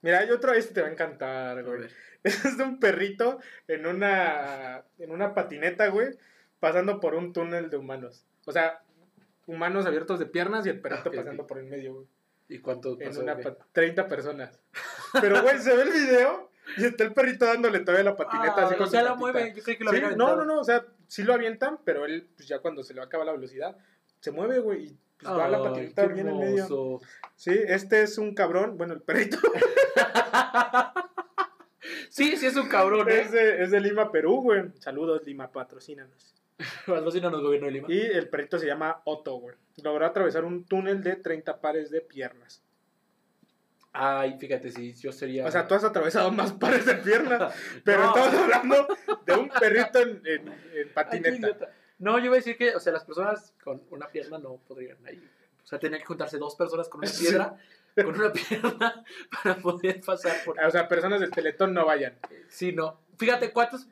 S2: Mira, hay otro, este te va a encantar,
S1: A
S2: güey.
S1: ver.
S2: Es de un perrito en una, en una patineta, güey, pasando por un túnel de humanos. O sea, humanos abiertos de piernas y el perrito
S1: Ah, ok,
S2: pasando
S1: ok.
S2: por el medio, güey.
S1: ¿Y cuánto
S2: En
S1: pasó?
S2: una
S1: güey?
S2: pa- 30 personas. Pero, güey, se ve el video y está el perrito dándole todavía la patineta
S1: Ah,
S2: así con
S1: o sea,
S2: su
S1: la
S2: patita.
S1: mueve. Yo creí que lo
S2: Sí,
S1: había
S2: no, no, no, o sea, sí lo avientan, pero él, pues ya cuando se le acaba la velocidad, se mueve, güey, y pues, va la patineta bien en medio.
S1: medio.
S2: Sí, este es un cabrón, bueno, el perrito
S1: Sí, sí es un cabrón,
S2: es
S1: ¿eh?
S2: de, es de Lima, Perú, güey. Saludos, Lima, patrocínanos.
S1: Patrocínanos, gobierno de Lima.
S2: Y el perrito se llama Otto, güey. Logró atravesar un túnel de 30 pares de piernas.
S1: Ay, fíjate, si yo sería.
S2: O sea, tú has atravesado más pares de piernas, pero
S1: No.
S2: estamos hablando de un perrito en, en- en
S1: Ay, qué
S2: patineta.
S1: idiota. No, yo iba a decir que, o sea, las personas con una pierna no podrían ahí. O sea, tenían que juntarse dos personas con una
S2: Sí.
S1: piedra, con una pierna, para poder pasar por.
S2: O sea, personas del Teletón no vayan.
S1: Sí, no. Fíjate, ¿cuántos.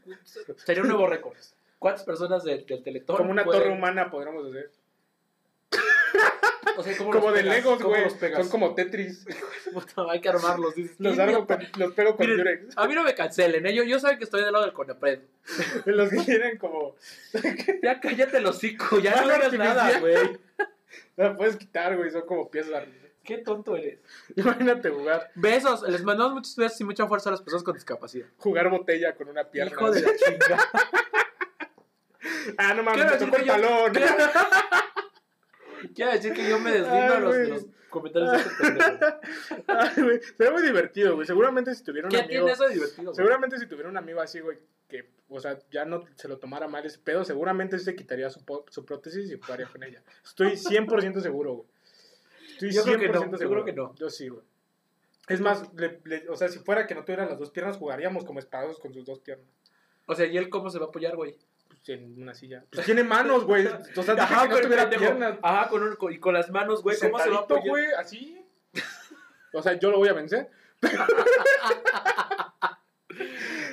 S1: Sería un nuevo récord. ¿Cuántas personas del, del Teletón?
S2: Como una
S1: pueden-
S2: torre humana podríamos hacer.
S1: O sea, ¿cómo
S2: Como
S1: los
S2: de
S1: pegas?
S2: Legos,
S1: ¿Cómo
S2: güey.
S1: los pegas?
S2: Son como Tetris.
S1: Puta, hay que armarlos. dices,
S2: Los,
S1: "Qué
S2: armo
S1: idiota".
S2: con- los pego con
S1: Miren.
S2: Durex.
S1: A mí no me cancelen, ¿eh? yo, yo saben que estoy del lado del Conapred.
S2: Los que tienen como.
S1: Ya cállate el hocico, ya no
S2: Fuego
S1: digas nada,
S2: artificial.
S1: güey.
S2: La puedes quitar, güey. Son como piezas.
S1: Qué tonto eres.
S2: Imagínate jugar,
S1: Besos, les mandamos muchos besos y mucha fuerza a las personas con discapacidad.
S2: jugar botella con una pierna.
S1: Hijo de la chinga.
S2: Ah, no mames,
S1: Quiero
S2: me
S1: decir
S2: tocó
S1: que
S2: el
S1: yo-
S2: talón.
S1: Quiero decir que yo me deslindo
S2: Ay,
S1: de, los, de
S2: güey.
S1: los comentarios de este pendejo.
S2: Ay, güey, Sería muy divertido, güey. Seguramente si tuviera un
S1: ¿Qué
S2: amigo.
S1: tiene eso de divertido? güey?
S2: Seguramente si tuviera un amigo así, güey, que, o sea, ya no se lo tomara mal ese pedo, seguramente se quitaría su, po- su prótesis y jugaría con ella. Estoy 100% seguro, güey. Estoy
S1: Yo creo que no, yo
S2: seguro.
S1: creo que no.
S2: Yo sí, güey. Es más, le- le- o sea, si fuera que no tuviera las dos piernas, jugaríamos como espados con sus dos piernas.
S1: O sea, ¿y él cómo se va a apoyar, güey?
S2: Pues, en una silla. Pues tiene manos, güey. O sea, dije que no
S1: pero
S2: tuviera
S1: pendejo.
S2: piernas.
S1: Ajá, con, un- con- y con las manos, güey. ¿Cómo se va a
S2: Sentadito,
S1: apoyar?
S2: güey, así. O sea, yo lo voy a vencer.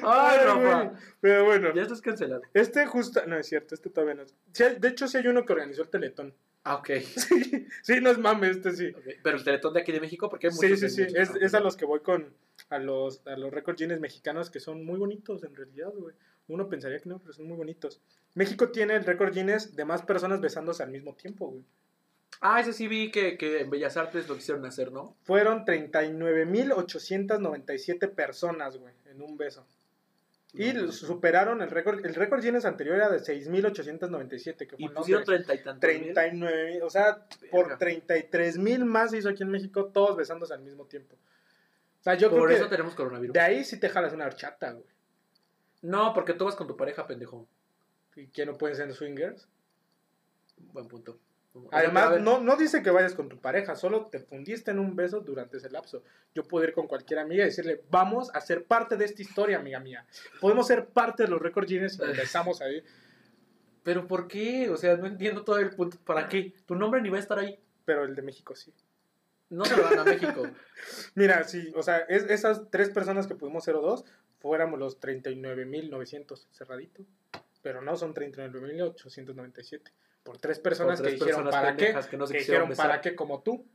S1: Ay,
S2: güey.
S1: Rafa.
S2: Pero bueno.
S1: Ya estás cancelado.
S2: Este justo, no es cierto, este todavía no es. Sí hay- de hecho, sí hay uno que organizó el Teletón.
S1: Ah, ok.
S2: Sí, sí, no es mame, este sí.
S1: Ok, Pero el teletón de aquí de México, porque hay muchos.
S2: Sí, sí,
S1: hay
S2: sí.
S1: muchos.
S2: Es,
S1: Ah,
S2: es
S1: ok.
S2: a los que voy con a los, a los récord jeans mexicanos que son muy bonitos en realidad, güey. Uno pensaría que no, pero son muy bonitos. México tiene el récord Guinness de más personas besándose al mismo tiempo, güey.
S1: Ah, ese sí vi que, que en Bellas Artes lo quisieron hacer, ¿no?
S2: Fueron 39.897 personas, güey, en un beso. Y
S1: No, no.
S2: superaron el récord. El récord Guinness anterior era de 6.897, que fue
S1: Y
S2: en
S1: pusieron
S2: Londres.
S1: treinta y tantos. mil.
S2: 39 mil, o sea, por
S1: Verga.
S2: 33 mil más se hizo aquí en México, todos besándose al mismo tiempo. O sea, yo
S1: Por
S2: creo
S1: eso
S2: que
S1: tenemos coronavirus.
S2: de ahí sí te jalas una horchata, güey.
S1: No, porque tú vas con tu pareja, pendejo.
S2: ¿Y que no pueden ser swingers?
S1: Buen punto. O sea, pero a
S2: Además,
S1: ver,
S2: no, no dice que vayas con tu pareja, solo te fundiste en un beso durante ese lapso. Yo puedo ir con cualquier amiga y decirle, vamos a ser parte de esta historia, amiga mía. Podemos ser parte de los récord Guinness y nos besamos ahí.
S1: Pero ¿por qué? O sea, no entiendo todo el punto. ¿Para qué? Tu nombre ni va a estar ahí.
S2: Pero el de México sí.
S1: No se lo dan a México.
S2: Mira, sí, o sea, es- esas tres personas que pudimos ser o dos, fuéramos los 39.900 cerradito. Pero no, son 39.897. Por tres personas
S1: Con tres
S2: que dijeron,
S1: personas
S2: ¿para qué?
S1: pendejas Que no se
S2: que
S1: quisieron
S2: dijeron, ¿para
S1: besar.
S2: qué? Como tú.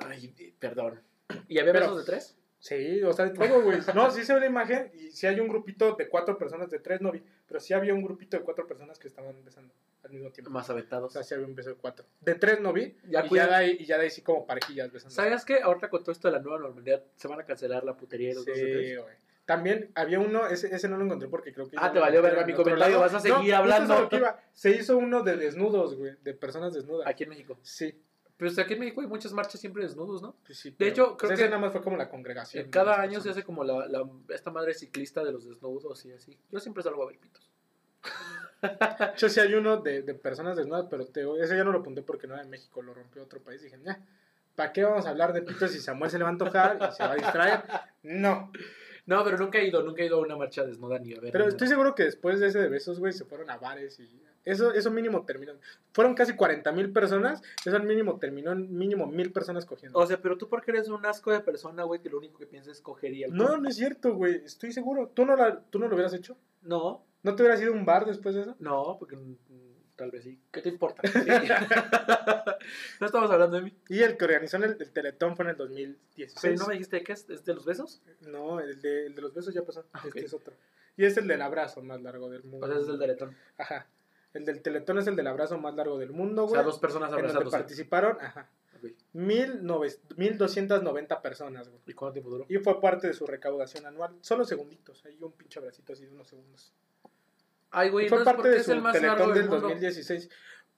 S1: Ay, perdón. ¿Y había
S2: Pero-
S1: besos de tres?
S2: Sí, o sea, de todo, güey. No, sí se ve la imagen y sí hay un grupito de cuatro personas, de tres no vi, pero sí había un grupito de cuatro personas que estaban besando al mismo tiempo.
S1: Más
S2: O
S1: aventados.
S2: sea, sí había un beso de cuatro. De tres no vi,
S1: Ya
S2: y, ya
S1: cuida-
S2: de ahí, y ya de ahí sí como parejillas besando.
S1: ¿Sabías qué? Ahorita con todo esto de la nueva normalidad se van a cancelar la putería y los dos de tres.
S2: Sí, güey. También había uno, ese, ese no lo encontré porque creo que.
S1: Ah,
S2: ya
S1: te
S2: lo
S1: valió verga
S2: metieron
S1: mi
S2: en otro
S1: comentario, vas a seguir
S2: justo
S1: hablando.
S2: es a lo que iba. Se hizo uno de desnudos, güey, de personas desnudas.
S1: Aquí en México.
S2: Sí,
S1: Pero o sea, aquí en México hay muchas marchas siempre desnudos, ¿no?
S2: pues sí.
S1: De hecho, creo
S2: ese
S1: que-
S2: nada más fue como la congregación.
S1: En
S2: de
S1: cada
S2: las
S1: año se
S2: personas.
S1: hace como la, la- esta madre ciclista de los desnudos y así. Yo siempre salgo a ver pitos.
S2: De hecho, sí hay uno de, de personas desnudas, pero te, ese ya no lo apunté porque no era de México, lo rompió otro país. Dije, nah, ¿para qué vamos a hablar de pitos si Samuel se le va a antojar y se va a distraer? No.
S1: No, pero nunca he ido, nunca he ido a una marcha desnuda ni a ver.
S2: Pero
S1: nada.
S2: estoy seguro que después de ese de besos, güey, se fueron a bares y. Eso, eso mínimo terminó. Fueron casi 40 mil personas. Eso al mínimo terminó en mínimo mil personas cogiendo.
S1: O sea, pero tú porque eres un asco de persona, güey, que lo único que piensas es coger y alcohol.
S2: No, no es cierto, güey. Estoy seguro. ¿Tú no, la, ¿Tú no lo hubieras hecho?
S1: No,
S2: ¿No te hubieras ido a un bar después de eso?
S1: no, porque mm, tal vez sí. ¿Qué te importa? Sí. no estamos hablando de mí.
S2: Y el que organizó el, el Teletón fue en el 2016.
S1: Pero no me dijiste qué es, ¿es de los besos.
S2: No, el de, el de los besos ya pasó.
S1: Ah,
S2: Este
S1: ok.
S2: es otro. Y es el del abrazo más largo del mundo.
S1: O sea, es el deretón.
S2: Ajá. El del Teletón es el del abrazo más largo del mundo,
S1: O
S2: güey.
S1: sea, dos personas
S2: en donde
S1: abrazándose.
S2: participaron, ajá.
S1: Ok.
S2: 1.290 personas, güey.
S1: ¿Y cuánto tiempo duró?
S2: Y fue parte de su recaudación anual. Solo segunditos. Ahí un pinche abracito así de unos segundos.
S1: Ay, güey,
S2: Y fue
S1: entonces, ¿por
S2: parte
S1: qué
S2: de
S1: es
S2: su
S1: el más largo
S2: Teletón
S1: del
S2: del
S1: mundo?
S2: 2016.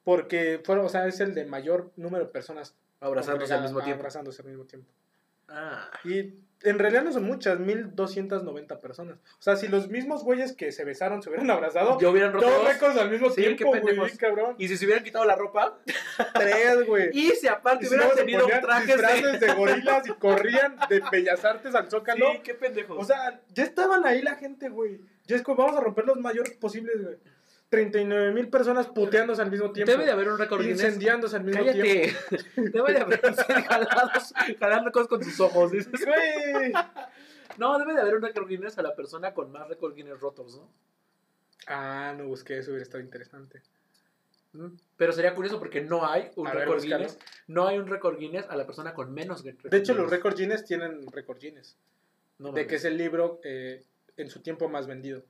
S2: Porque fueron, o sea, es el de mayor número de personas
S1: Abrazándose al
S2: congregadas,
S1: mismo tiempo.
S2: abrazándose al mismo tiempo.
S1: Ah,
S2: Y en realidad no son muchas, 1290 personas. O sea, si los mismos güeyes que se besaron se hubieran abrazado,
S1: yo hubieran roto
S2: dos
S1: dos.
S2: récords al mismo
S1: Sí,
S2: tiempo,
S1: qué
S2: güey,
S1: pendejos.
S2: bien cabrón.
S1: Y si se hubieran quitado la ropa.
S2: Tres, güey.
S1: Y si aparte
S2: Y si
S1: hubieran
S2: luego se
S1: tenido
S2: ponían
S1: trajes de.
S2: disfraces de... gorilas y corrían de Bellas Artes al Zócalo.
S1: Sí, qué pendejo.
S2: O sea, ya estaban ahí la gente, güey. Ya es como, vamos a romper los mayores posibles, güey. 39 mil personas puteándose al mismo tiempo.
S1: Debe de haber un récord Guinness.
S2: incendiándose al mismo tiempo.
S1: Cállate. Debe de haber ser jalados, jalando cosas con sus ojos. dices.
S2: Güey.
S1: No, debe de haber un récord Guinness a la persona con más récord Guinness rotos, ¿no?
S2: Ah, no busqué, eso hubiera estado interesante.
S1: Mm. Pero sería curioso porque no hay un
S2: A ver,
S1: récord
S2: búscalo.
S1: Guinness. No hay un récord Guinness a la persona con menos récord
S2: De hecho, los
S1: Guinness.
S2: récord Guinness tienen récord Guinness.
S1: No, no,
S2: De
S1: no.
S2: que es el libro eh, en su tiempo más vendido.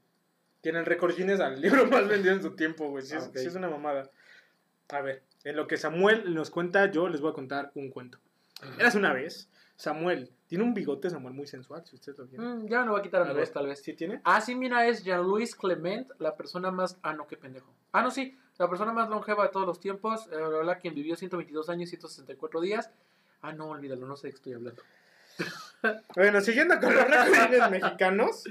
S2: Tienen récord Guinness al libro más vendido en su tiempo, güey. Sí,
S1: Ah,
S2: es-
S1: ok.
S2: sí es una mamada. A ver, en lo que Samuel nos cuenta, yo les voy a contar un cuento. Eras una vez, Samuel. Tiene un bigote, Samuel, muy sensual, si ustedes lo vieron.
S1: Mm, ya no va a quitar a
S2: A
S1: mi voz,
S2: ver.
S1: tal vez.
S2: ¿Sí tiene?
S1: Ah, sí, mira, es Jean-Louis Clement, la persona más. Ah, no, qué pendejo. Ah, no, sí, la persona más longeva de todos los tiempos, eh, bla, bla, quien vivió 122 años y 164 días. Ah, no, olvídalo, no sé de qué estoy hablando.
S2: Bueno, siguiendo con los récords mexicanos.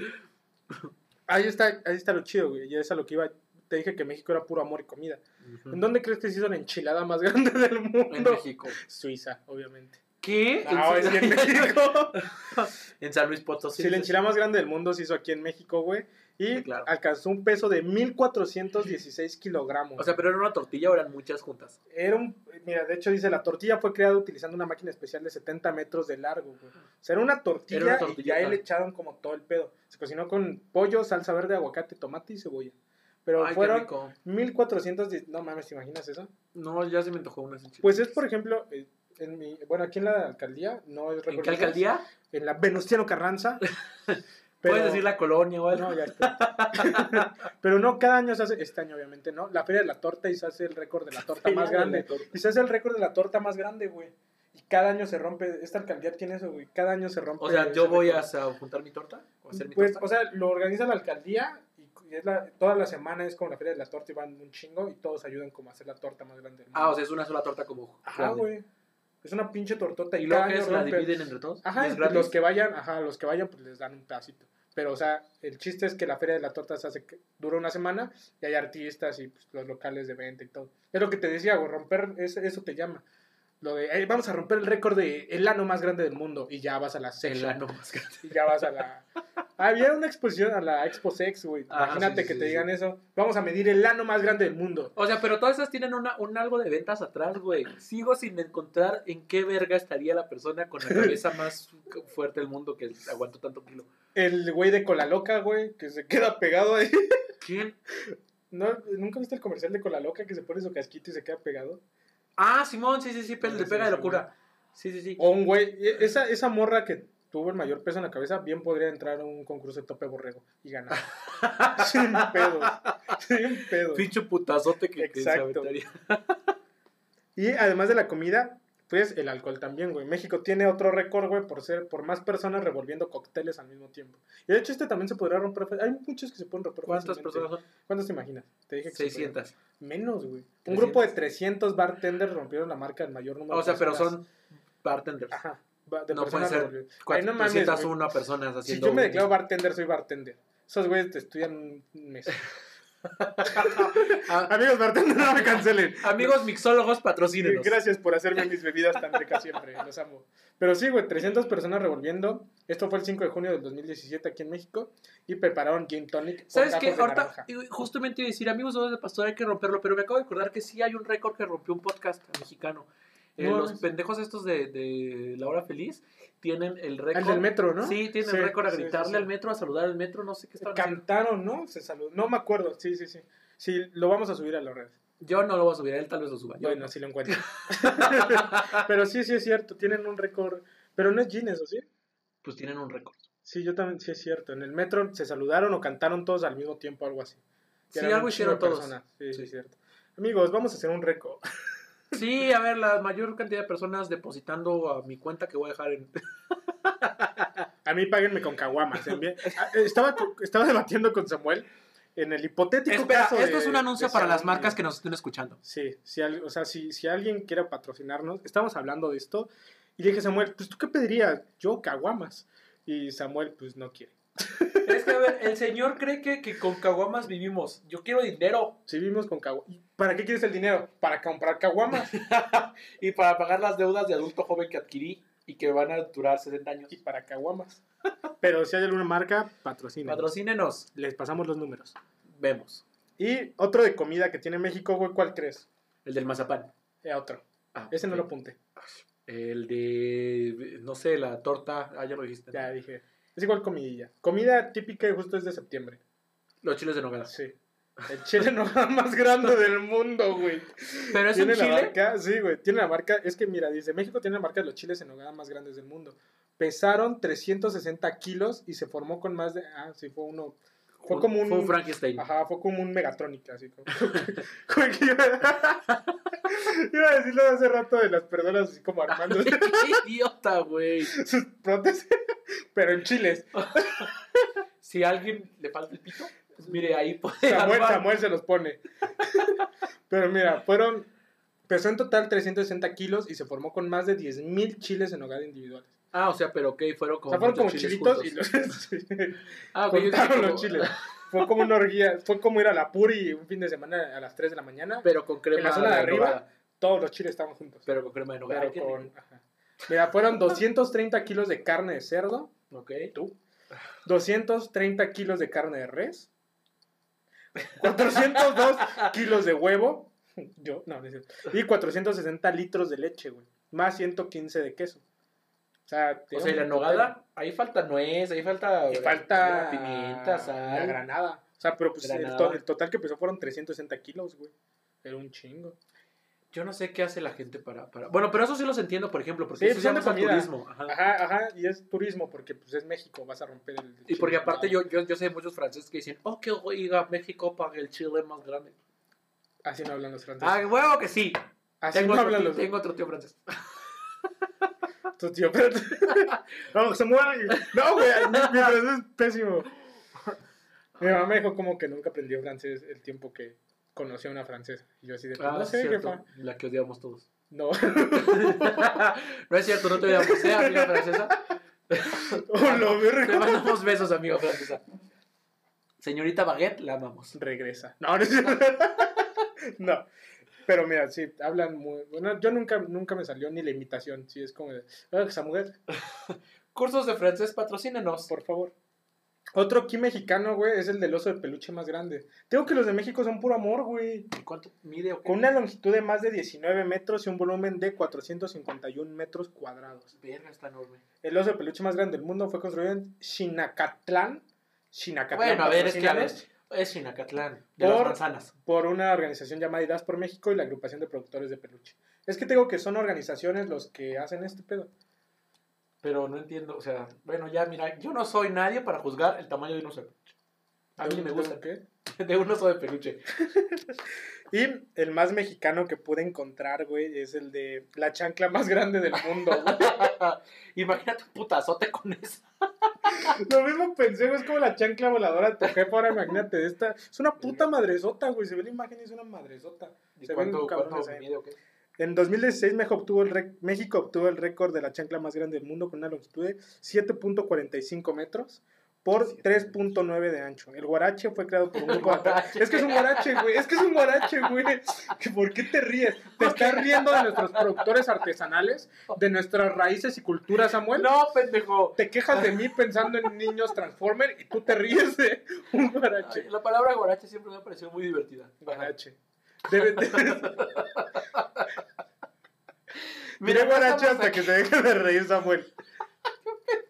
S2: Ahí está, ahí está lo chido, güey. Ya es a lo que iba. Te dije que México era puro amor y comida. ¿En dónde crees que se hizo la enchilada más grande del mundo?
S1: En México. Ah,
S2: Suiza, obviamente.
S1: ¿Qué?
S2: No, es que en México.
S1: En San Luis Potosí.
S2: Sí, la enchilada más grande del mundo se hizo aquí en México, güey. Y
S1: Sí, claro.
S2: alcanzó un peso de 1416 kilogramos.
S1: O sea, pero era una tortilla o eran muchas juntas.
S2: era un. Mira, de hecho dice: la tortilla fue creada utilizando una máquina especial de 70 metros de largo, güey. O sea, era una tortilla,
S1: Era una
S2: y
S1: tortilla,
S2: ahí le
S1: claro.
S2: echaron como todo el pedo. Se cocinó con pollo, salsa verde, aguacate, tomate y cebolla. Pero
S1: Ay, qué
S2: fueron
S1: rico.
S2: 1410. No mames, ¿te imaginas eso?
S1: No, ya se me antojó una enchilada.
S2: Pues es, por ejemplo, eh, en mi, bueno, aquí en la alcaldía, no es
S1: ¿En
S2: récord
S1: qué
S2: Guinness,
S1: alcaldía?
S2: En la Venustiano Carranza.
S1: Puedes decir la colonia o algo.
S2: No, ya está. Pero no, cada año se hace, este año obviamente, ¿no? La Feria de la Torta y se hace el récord de la torta más grande. Y se hace el récord de la torta más grande, güey. Y cada año se rompe, esta alcaldía tiene eso, güey. Cada año eh, se rompe.
S1: O sea, yo
S2: ese
S1: voy a,
S2: récord.
S1: a juntar mi torta o hacer mi
S2: Pues,
S1: torta.
S2: o sea, lo organiza la alcaldía y y es la, toda la semana es como la Feria de la Torta y van un chingo y todos ayudan como a hacer la torta más grande del mundo.
S1: ah, o sea, es una sola torta como.
S2: Ajá,
S1: grande.
S2: ah, güey. Es una pinche tortota y,
S1: Y
S2: cada
S1: luego que
S2: año
S1: es, la
S2: rompe.
S1: dividen entre todos.
S2: Ajá,
S1: ¿Y es
S2: y pues,
S1: gratis?
S2: los que vayan, ajá, los que vayan pues les dan un pedacito. Pero, o sea, el chiste es que la Feria de la Torta se hace, que- dura una semana y hay artistas y pues, los locales de venta y todo. Es lo que te decía, güey, romper, es- eso te llama. Lo de, "Ey, vamos a romper el récord de el ano más grande del mundo y ya vas a la
S1: El
S2: section.
S1: ano más grande.
S2: Y ya vas a la... Ah, Había una exposición a la Expo Sex, güey.
S1: Ajá, sí,
S2: Imagínate
S1: sí,
S2: que
S1: sí,
S2: te
S1: sí.
S2: digan eso. Vamos a medir el ano más grande del mundo.
S1: O sea, pero todas esas tienen una, un algo de ventas atrás, güey. Sigo sin encontrar en qué verga estaría la persona con la cabeza más fuerte del mundo que aguantó tanto kilo.
S2: El güey de Cola Loca, güey, que se queda pegado ahí.
S1: ¿Quién?
S2: ¿No, ¿Nunca viste el comercial de Cola Loca que se pone su casquito y se queda pegado?
S1: Ah, Simón, sí, sí, sí, pero
S2: Sí,
S1: le
S2: sí,
S1: pega de
S2: sí,
S1: locura. Sí, sí, sí.
S2: O un güey, e- esa, esa morra que tuvo el mayor peso en la cabeza, bien podría entrar a un concurso de tope borrego y ganar. sin pedos. Sin pedos.
S1: Pincho putazote que, que se
S2: Exacto.
S1: aventaría.
S2: Y además de la comida, pues el alcohol también, güey. México tiene otro récord, güey, por ser por más personas revolviendo cócteles al mismo tiempo. Y de hecho este también se podría romper. fa- Hay muchos que se pueden romper.
S1: ¿Cuántas
S2: fácilmente.
S1: personas son?
S2: ¿Cuántas te imaginas? Te dije que se podía.
S1: 600.
S2: Menos, güey. Un
S1: 300.
S2: grupo de 300 bartenders rompieron la marca del mayor número.
S1: O sea,
S2: de
S1: pero
S2: personas.
S1: son bartenders.
S2: Ajá. ba- De
S1: No pueden
S2: personas
S1: ser
S2: revolviendo. Ah, Ay, no mames,
S1: 401 personas
S2: Si
S1: haciendo.
S2: yo me
S1: un-
S2: declaro bartender, soy bartender. Esos güeyes te estudian un mes.
S1: Ah,
S2: Amigos bartender, no me cancelen.
S1: amigos mixólogos, patrocínenos.
S2: Gracias por hacerme mis bebidas tan ricas siempre. Los amo. Pero sí, güey, 300 personas revolviendo. Esto fue el 5 de junio del 2017 aquí en México. Y prepararon gin tonic. o
S1: ¿Sabes
S2: gajos
S1: qué?
S2: de
S1: Ahorita,
S2: naranja.
S1: y- justamente iba a decir, amigos de Pastor, hay que romperlo, pero me acabo de acordar que sí hay un récord que rompió un podcast mexicano. Eh,
S2: No,
S1: los
S2: no.
S1: pendejos estos de, de La Hora Feliz tienen el récord.
S2: El del metro, ¿no?
S1: Sí, tienen el récord a
S2: sí, sí,
S1: gritarle
S2: sí.
S1: al metro, a saludar al metro, no sé qué estaban haciendo.
S2: Cantaron, ¿no? Se saludó. No me acuerdo. Sí, sí, sí. Sí, lo vamos a subir a la red.
S1: Yo no lo voy a subir, él tal vez lo suba. yo
S2: Bueno, si lo encuentro. Pero sí, sí es cierto. Tienen un récord. Pero no es gin, eso sí.
S1: no. Pues tienen un récord.
S2: Sí, yo también, sí es cierto. En el metro se saludaron o cantaron todos al mismo tiempo, algo así.
S1: Sí,
S2: Eran un
S1: algo hicieron
S2: chingo de
S1: todos.
S2: personas. Sí, sí,
S1: Sí.
S2: es cierto. Amigos, vamos a hacer un récord.
S1: Sí, a ver, la mayor cantidad de personas depositando a mi cuenta que voy a dejar en.
S2: A mí páguenme con caguamas. envíen- Ah, eh, Estaba, co- estaba debatiendo con Samuel en el hipotético
S1: Espera,
S2: caso
S1: esto
S2: de-
S1: es un anuncio
S2: de
S1: para
S2: ser
S1: las
S2: un-
S1: marcas que nos estén escuchando.
S2: Sí, si al- o sea, si, si alguien quiera patrocinarnos, estamos hablando de esto Y le dije a Samuel, pues tú qué pedirías? Yo, caguamas. Y Samuel, pues no quiere.
S1: Es que, a ver, el señor cree que, que con caguamas vivimos. Yo quiero dinero.
S2: Si vivimos con caguamas. ¿Para qué quieres el dinero? Para comprar caguamas
S1: y para pagar las deudas de adulto joven que adquirí y que van a durar 60 años.
S2: y para caguamas. Pero si hay alguna marca, patrocina.
S1: Patrocínenos.
S2: Les pasamos los números.
S1: Vemos.
S2: Y otro de comida que tiene México, güey, ¿cuál crees?
S1: El del mazapán.
S2: Eh, otro.
S1: Ah,
S2: Ese no
S1: ok.
S2: lo apunté.
S1: El de, no sé, la torta. Ah, ya lo dijiste.
S2: Ya dije. Es igual comidilla. Comida típica y justo es de septiembre.
S1: Los chiles de nogada.
S2: Sí. El chile no más grande del mundo, güey.
S1: Pero es un
S2: Tiene la
S1: chile.
S2: marca, sí, güey, tiene la marca, es que mira, dice, México tiene la marca de los chiles en nogada más grandes del mundo. Pesaron 360 kilos y se formó con más de, ah, sí, fue uno, fue como un,
S1: Fue un Frankenstein.
S2: ajá, fue como un Megatronic, así como, como que iba, iba a decirlo de hace rato de las personas así como armando
S1: ¡Qué idiota, güey!
S2: sus prótesis, pero en chiles.
S1: Si a alguien le falta el pito, pues mire, ahí puede
S2: Samuel,
S1: armar.
S2: Samuel se los pone. Pero mira, fueron, pesó en total 360 kilos y se formó con más de 10.000 chiles en nogada individuales.
S1: Ah, o sea, pero ok, fueron como
S2: o sea, fueron como
S1: muchos
S2: chilitos
S1: juntos.
S2: y los, sí,
S1: Ah, ok, yo dije
S2: juntaron
S1: como-
S2: los chiles. Fue como una orgía, fue como ir a la Puri un fin de semana a las 3 de la mañana.
S1: Pero con crema
S2: En la zona de arriba.
S1: nogada.
S2: Todos los chiles estaban juntos. Pero,
S1: Pero con crema de nogada. Ay, qué
S2: con. ajá. Mira, fueron 230 kilos de carne de cerdo,
S1: rico. Ok.
S2: tú. 230 kilos de carne de res. 402 kilos de huevo. Yo, no, no es cierto. Y 460 litros de leche, güey. Más 115 de queso. O sea,
S1: O sea, y la nogada, ahí falta nuez, ahí falta...
S2: Y falta
S1: Pimienta,
S2: la
S1: sal.
S2: granada. O sea, pero pues el,
S1: Granada.
S2: to- el total que pesó fueron 360 kilos, güey. Era un chingo.
S1: Yo no sé qué hace la gente para... para... Bueno, pero eso sí los entiendo, por ejemplo, porque
S2: Sí,
S1: eso
S2: pues
S1: se
S2: son de
S1: llama
S2: comida.
S1: turismo. Ajá.
S2: Ajá, ajá, y es turismo porque pues es México, vas a romper el...
S1: Y porque aparte yo, yo, yo sé muchos franceses que dicen, oh, que oiga, México paga el chile más grande.
S2: Así no hablan los franceses.
S1: Ah, huevo que sí.
S2: Así
S1: Tengo
S2: no
S1: otro,
S2: hablan
S1: tío,
S2: los...
S1: tengo otro tío francés.
S2: Tu tío, espérate. Vamos, se muere. No, güey, mi, mi francés es pésimo. Mi mamá me dijo como que nunca aprendió francés el tiempo que conoció a una francesa. Y yo así de... pues,
S1: Ah,
S2: no sé,
S1: cierto,
S2: jefa.
S1: La que odiamos todos.
S2: No,
S1: no es cierto, no te odiamos, ¿eh, amiga francesa?
S2: oh, lo
S1: Te
S2: verga.
S1: mandamos besos, amiga francesa. Señorita Baguette, la amamos.
S2: regresa. No, no es cierto. No. Pero mira, sí, hablan muy. Bueno, yo nunca, nunca me salió ni la imitación. Sí, es como de. "Ah, Samuel,
S1: Cursos de francés, patrocínenos.
S2: por favor. Otro aquí mexicano, güey, es el del oso de peluche más grande. Tengo que los de México son puro amor, güey.
S1: ¿Y ¿Cuánto mide o qué?
S2: Con una longitud de más de 19 metros y un volumen de 451 metros cuadrados.
S1: Verga, está enorme.
S2: El oso de peluche más grande del mundo fue construido en Chinacatlán. Chinacatlán.
S1: Bueno, a ver, es que a ver.
S2: patrocínanos.
S1: Es Chinacatlán, de
S2: Por-
S1: las manzanas.
S2: por una organización llamada Idas por México y la agrupación de productores de peluche. Es que tengo que son organizaciones los que hacen este pedo.
S1: Pero no entiendo, o sea, bueno, ya mira, yo no soy nadie para juzgar el tamaño de un oso de peluche. A mí
S2: Tengo-
S1: me gusta,
S2: tengo que-
S1: de un oso de peluche.
S2: Y el más mexicano que pude encontrar, güey, es el de la chancla más grande del mundo. güey.
S1: Imagínate un putazote con esa.
S2: Lo mismo pensé, güey, es como la chancla voladora de tu jefa. Ahora imagínate de esta. Es una puta madresota, güey. Se ve la imagen y es una madresota.
S1: ¿Y
S2: Se ven
S1: cuánto,
S2: cabrones
S1: cuánto
S2: ahí.
S1: mide o qué?
S2: En 2016 México obtuvo, el rec- México obtuvo el récord de la chancla más grande del mundo con una longitud de 7.45 metros por 3.9 de ancho. El guarache fue creado por un grupo de...
S1: Guarache.
S2: Es que es un guarache, güey. Es que es un guarache, güey. ¿Que ¿Por qué te ríes? ¿Te estás riendo de nuestros productores artesanales? ¿De nuestras raíces y cultura, Samuel?
S1: No, pendejo.
S2: Te quejas de mí pensando en niños Transformer y tú te ríes de un guarache.
S1: Ay, La palabra guarache siempre me ha parecido muy divertida.
S2: Guarache. Debe- debe- Mira
S1: no
S2: guarache
S1: estamos
S2: hasta que se deje de reír, Samuel.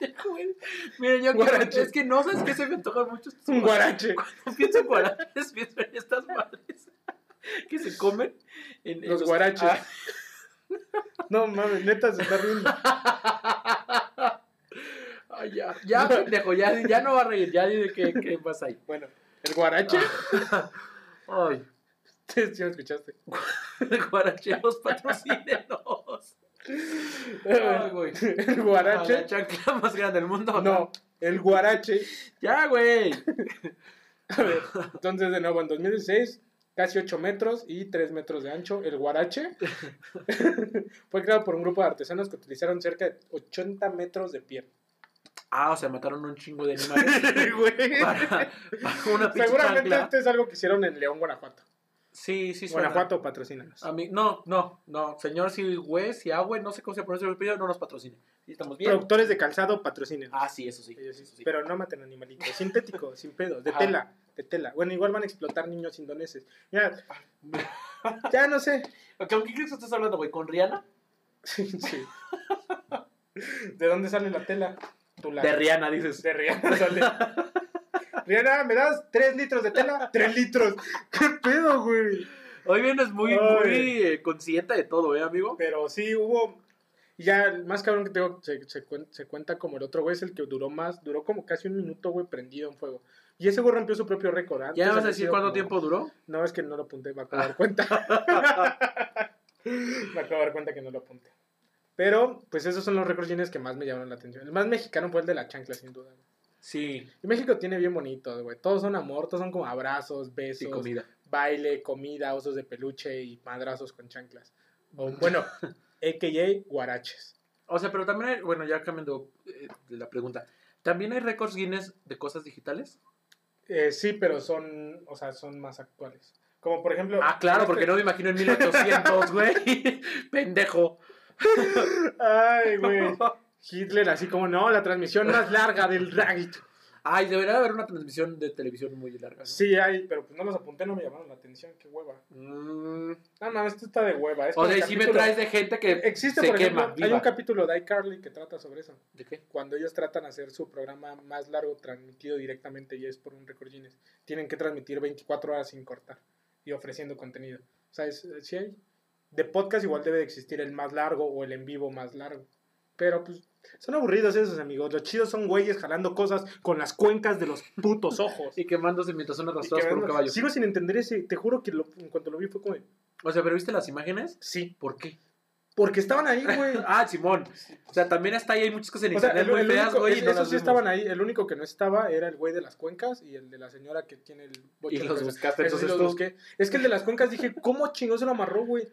S1: aquí, güey. Mira, yo
S2: Guarache.
S1: es que no sabes qué se me antojan mucho. estos
S2: Un guarache.
S1: Cuando pienso en guaraches, pienso en estas madres que se comen. En, en
S2: Los guaraches.
S1: Ah,
S2: No mames, neta se está riendo.
S1: ay, ya, ya, pendejo, ya, ya no va a reír, ya dime qué, qué pasa ahí.
S2: Bueno, el guarache.
S1: Ay,
S2: Sí, sí, me escuchaste.
S1: guaracheros patrocínenos. Ay, güey.
S2: El
S1: Ah,
S2: guarache.
S1: La chancla más grande del mundo.
S2: No, el guarache.
S1: Ya, güey.
S2: Entonces, de nuevo, en 2016, casi 8 metros y 3 metros de ancho. El guarache fue creado por un grupo de artesanos que utilizaron cerca de 80 metros de piel.
S1: Ah, o sea, mataron un chingo de animales para, para una pinche
S2: Seguramente
S1: chancla.
S2: esto es algo que hicieron en León, Guanajuato.
S1: Sí, sí, suena.
S2: Guanajuato, patrocínanos.
S1: A mí, no, no, no. Señor, si güey, si agüe, no sé cómo se pronuncia el apellido, no nos patrocine. Sí, estamos bien.
S2: Productores de calzado, patrocínanos.
S1: ah, sí, eso sí.
S2: Ellos sí,
S1: eso sí.
S2: Pero no maten animalitos. Sintético, sin pedos. De
S1: Ajá.
S2: tela, de tela. Bueno, igual van a explotar niños indoneses. Ya, ya no sé.
S1: Ok, ¿Con quién crees que estás hablando, güey? ¿Con Rihanna?
S2: Sí, sí. ¿De dónde sale la tela? Tú la-
S1: De Rihanna, dices.
S2: De Rihanna sale. Rihanna, ¿me das tres litros de tela? ¡Tres litros! ¡Qué pedo, güey!
S1: Hoy vienes muy,
S2: Ay.
S1: muy eh, consciente de todo, ¿eh, amigo?
S2: Pero sí hubo. y Ya, el más cabrón que tengo, se, se cuen- se cuenta como el otro güey, es el que duró más, duró como casi un minuto, güey, prendido en fuego. Y ese güey rompió su propio récord. ¿ah? Antes
S1: ¿Ya me vas a
S2: había
S1: decir
S2: sido
S1: cuánto
S2: como-
S1: tiempo Ah. duró?
S2: No, es que no lo apunté, me acabo de dar cuenta. me acabo de dar cuenta que no lo apunté. Pero, pues esos son los récords Guinness que más me llamaron la atención. El más mexicano fue el de la chancla, sin duda. güey.
S1: Sí,
S2: Y México tiene bien bonito, güey. Todos son amor, todos son como abrazos,
S1: sí,
S2: besos,
S1: comida.
S2: baile, comida, osos de peluche y madrazos con chanclas. O, bueno, a.k.a. guaraches.
S1: O sea, pero también hay, bueno, ya cambiando eh, la pregunta. ¿También hay récords Guinness de cosas digitales?
S2: Eh, sí, pero son, o sea, son más actuales. Como por ejemplo... este
S1: Ah, claro, porque no me imagino en 1800, güey. Pendejo.
S2: Ay, güey. Hitler, así como, no, la transmisión más larga del rugby.
S1: Ay, debería haber una transmisión de televisión muy larga. ¿no?
S2: Sí, hay, pero pues no los apunté, no me llamaron la atención, qué hueva.
S1: Mm,
S2: No, no, esto está de hueva. es
S1: o
S2: como
S1: sea,
S2: el
S1: y si me
S2: capítulo-
S1: traes de gente que
S2: Existe,
S1: se
S2: por
S1: quema.
S2: ejemplo, hay
S1: viva.
S2: un capítulo de iCarly que trata sobre eso.
S1: ¿De qué?
S2: Cuando ellos tratan de hacer su programa más largo transmitido directamente y es por un récord Guinness, tienen que transmitir 24 horas sin cortar y ofreciendo contenido. O sea, es, eh, sí hay. De podcast igual debe de existir el más largo o el en vivo más largo. Pero pues son aburridos esos amigos. Los chidos son güeyes jalando cosas con las cuencas de los putos ojos.
S1: Y quemándose mientras son
S2: Y
S1: arrastrados
S2: que
S1: por un
S2: vengo-
S1: caballo.
S2: Sigo sin entender ese. Te juro que lo- en cuanto lo vi fue como. de,
S1: O sea, pero ¿viste las imágenes?
S2: Sí.
S1: ¿Por qué?
S2: Porque estaban ahí, güey.
S1: Ah, Simón. O sea, también está ahí, hay muchas cosas en
S2: O sea,
S1: internet
S2: el,
S1: muy
S2: el
S1: feas,
S2: único,
S1: güey. y
S2: es-
S1: no
S2: esos
S1: las
S2: sí
S1: vemos.
S2: estaban ahí. El único que no estaba era el güey de las cuencas y el de la señora que tiene el bocho
S1: Y
S2: en
S1: los
S2: cabeza.
S1: buscaste,
S2: Esos sí
S1: entonces
S2: los
S1: tú.
S2: busqué. Es que el de las cuencas dije, ¿cómo chingón se lo amarró, güey?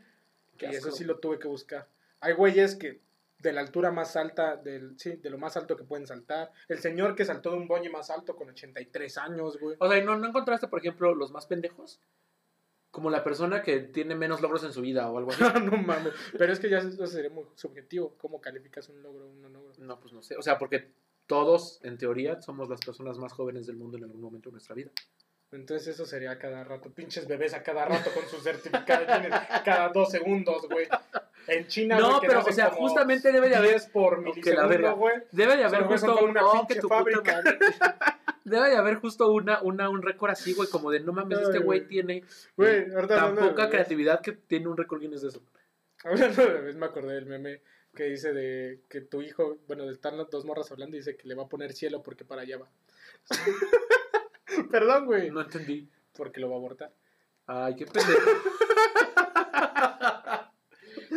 S1: Qué
S2: Y eso
S1: asco.
S2: sí lo tuve que buscar. Hay güeyes que de la altura más alta, del, sí, de lo más alto que pueden saltar. El señor que saltó de un boñe más alto con 83 años, güey.
S1: O sea, ¿y ¿no, ¿no encontraste, por ejemplo, los más pendejos? Como la persona que tiene menos logros en su vida o algo así.
S2: no mames. Pero es que ya eso sería muy subjetivo. ¿Cómo calificas un logro o un no logro?
S1: No, pues no sé. O sea, porque todos, en teoría, somos las personas más jóvenes del mundo en algún momento de nuestra vida.
S2: Entonces eso sería a cada rato. Pinches bebés a cada rato con sus certificados Guinness cada dos segundos, güey. En China,
S1: No,
S2: güey, que
S1: pero,
S2: nacen
S1: o sea,
S2: como
S1: justamente debe de haber-
S2: 10 por
S1: Oh, que la verga.
S2: milisegundo, güey.
S1: Debe de
S2: O sea,
S1: haber
S2: güey, son
S1: justo
S2: como
S1: un...
S2: una
S1: oh,
S2: pinche
S1: que tu
S2: fábrica.
S1: puta madre. Debe de haber justo una, una, un récord así, güey, como de no mames, este
S2: Ay,
S1: güey
S2: güey.
S1: tiene
S2: Güey, ahorita
S1: tan
S2: hablando de
S1: poca
S2: bebés-
S1: creatividad que tiene un récord Guinness de eso.
S2: Hablando de bebés, me acordé del meme que dice de que tu hijo, bueno, están las dos morras hablando y dice que le va a poner cielo porque para allá va. Perdón, güey.
S1: No entendí.
S2: Porque lo va a abortar.
S1: Ay, qué pendejo.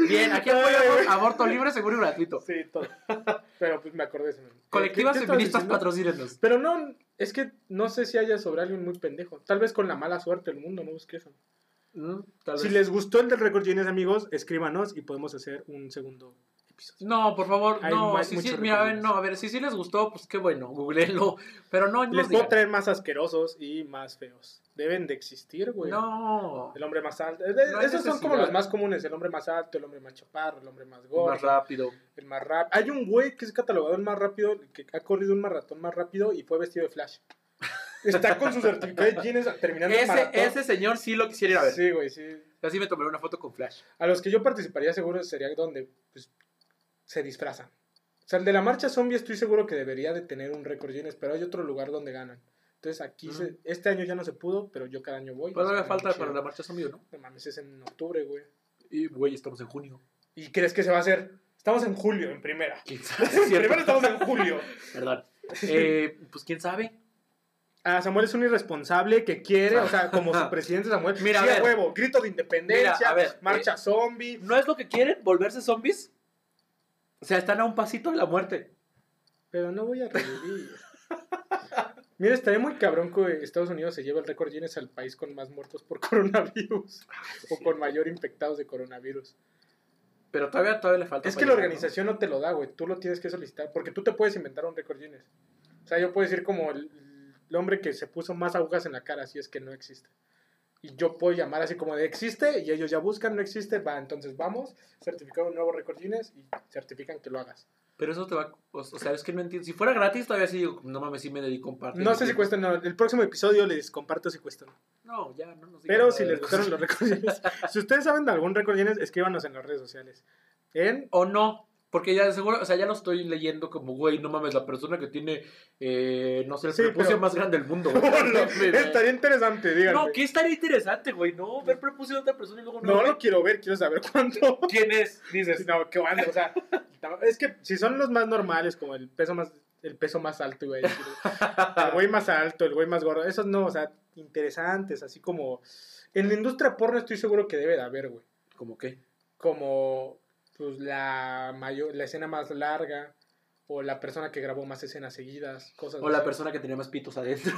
S1: Bien, aquí apoyamos aborto libre, seguro y gratuito.
S2: Sí, todo. Pero pues me acordé de ese meme.
S1: Colectivas
S2: ¿Qué- qué estabas
S1: feministas
S2: diciendo?
S1: patrocínenos.
S2: Pero no, es que no sé si haya sobre alguien muy pendejo. Tal vez con la mala suerte del mundo, no busque eso.
S1: Mm, tal
S2: Si
S1: vez.
S2: les gustó el del récord Guinness, amigos, escríbanos y podemos hacer un segundo episodio.
S1: No, por favor,
S2: Hay
S1: no.
S2: más-
S1: sí, sí,
S2: muchos
S1: mira, a ver,
S2: recomendados.
S1: no, a ver, si sí les gustó, pues qué bueno, googleenlo. Pero no, no
S2: Les
S1: digan.
S2: puedo traer más asquerosos y más feos. Deben de existir, güey.
S1: No.
S2: El hombre más alto. Eh, eh,
S1: No hay
S2: Esos son como
S1: necesidad.
S2: los más comunes. El hombre más alto, el hombre más chaparro, el hombre más gordo.
S1: Más rápido.
S2: el más rápido. Hay un güey que es catalogado el más rápido, que ha corrido un maratón más rápido y fue vestido de flash. Está con su certificado de jeans terminando el
S1: Ese,
S2: maratón.
S1: ese señor sí lo quisiera ir a ver.
S2: Sí, güey, sí.
S1: Así me tomaré una foto con Flash.
S2: A los que yo participaría seguro sería donde pues, se disfrazan. O sea, el de la marcha zombie estoy seguro que debería de tener un récord Guinness, pero hay otro lugar donde ganan. Entonces aquí,
S1: Ujú.
S2: se- este año ya no se pudo, pero yo cada año voy.
S1: Pues
S2: O
S1: no
S2: sea,
S1: me falta
S2: chido.
S1: para la marcha zombie, ¿no?
S2: No mames, es en octubre, güey.
S1: Y, güey, estamos en junio.
S2: ¿Y crees que se va a hacer? Estamos en julio, en primera.
S1: ¿Quién sabe?
S2: En primera estamos en julio.
S1: Perdón. Eh, pues quién sabe.
S2: Ah, Samuel es un irresponsable que quiere, o sea, como su presidente Samuel.
S1: Mira, a
S2: sí, a eh,
S1: ver.
S2: huevo, grito de independencia,
S1: Mira, a ver,
S2: marcha zombie.
S1: ¿No es lo que quieren? ¿Volverse zombies? O sea, están a un pasito de la muerte.
S2: Pero no voy a revivir. Mira, estaría muy cabrón que Estados Unidos se lleve el récord Guinness al país con más muertos por coronavirus o con mayor infectados de coronavirus.
S1: Pero todavía, todavía le falta.
S2: Es
S1: para
S2: que la
S1: llegar, ¿no?
S2: organización no te lo da, güey. Tú lo tienes que solicitar porque tú te puedes inventar un récord Guinness. O sea, yo puedo decir como el, el hombre que se puso más agujas en la cara, si es que no existe. Y yo puedo llamar así como de existe y ellos ya buscan, no existe, va, entonces vamos, certificar un nuevo récord Guinness y certifican que lo hagas.
S1: Pero eso te va. O, o sea, es que no entiendo. Si fuera gratis, todavía sí digo, no mames, sí me dedico un par. de
S2: No sé si
S1: tiempo.
S2: cuesta, no. El próximo episodio les comparto si cuesta.
S1: No, ya, no nos digan
S2: Pero
S1: nada
S2: si
S1: de
S2: les gustaron los récords Guinness, si ustedes saben de algún récord Guinness, escríbanos en las redes sociales. En
S1: O no. Porque ya de seguro, o sea, ya lo estoy leyendo como, güey, no mames, la persona que tiene, eh, no sé, el
S2: Sí,
S1: prepucio
S2: pero-
S1: más grande del mundo. güey.
S2: Estaría interesante, díganme.
S1: no, que estaría interesante, güey, no, ver prepucio de otra persona y luego no.
S2: No lo quiero ver, quiero saber cuánto.
S1: ¿Quién es? Dices,
S2: No, qué onda, o sea, tam- es que si son los más normales, como el peso más el peso más alto, iba a decir, el güey más alto, el güey más gordo, esos no, o sea, interesantes, así como en la industria porno estoy seguro que debe de haber, güey,
S1: ¿Cómo qué?
S2: como pues la mayor la escena más larga o la persona que grabó más escenas seguidas, cosas
S1: O la
S2: así.
S1: persona que tenía más pitos adentro.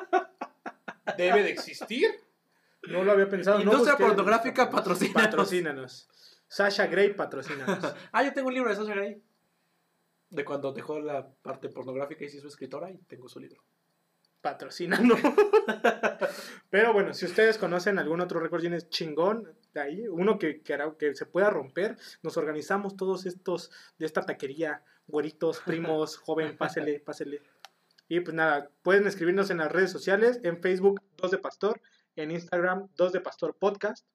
S2: debe de existir. No lo había pensado. no
S1: Industria
S2: busqué-
S1: pornográfica, patrocínanos.
S2: Patrocínanos. Sasha Grey, patrocínanos.
S1: Ah, yo tengo un libro de Sasha Grey. De cuando dejó la parte pornográfica y se hizo escritora y tengo su libro.
S2: patrocinando. Pero bueno, si ustedes conocen algún otro récord Guinness chingón, de ahí, uno que, que, hará- que se pueda romper, nos organizamos todos estos de esta taquería, güeritos, primos, joven, pásele, pásele. Y pues nada, pueden escribirnos en las redes sociales, en Facebook, Dos de Pastor, en Instagram, Dos de Pastor Podcast.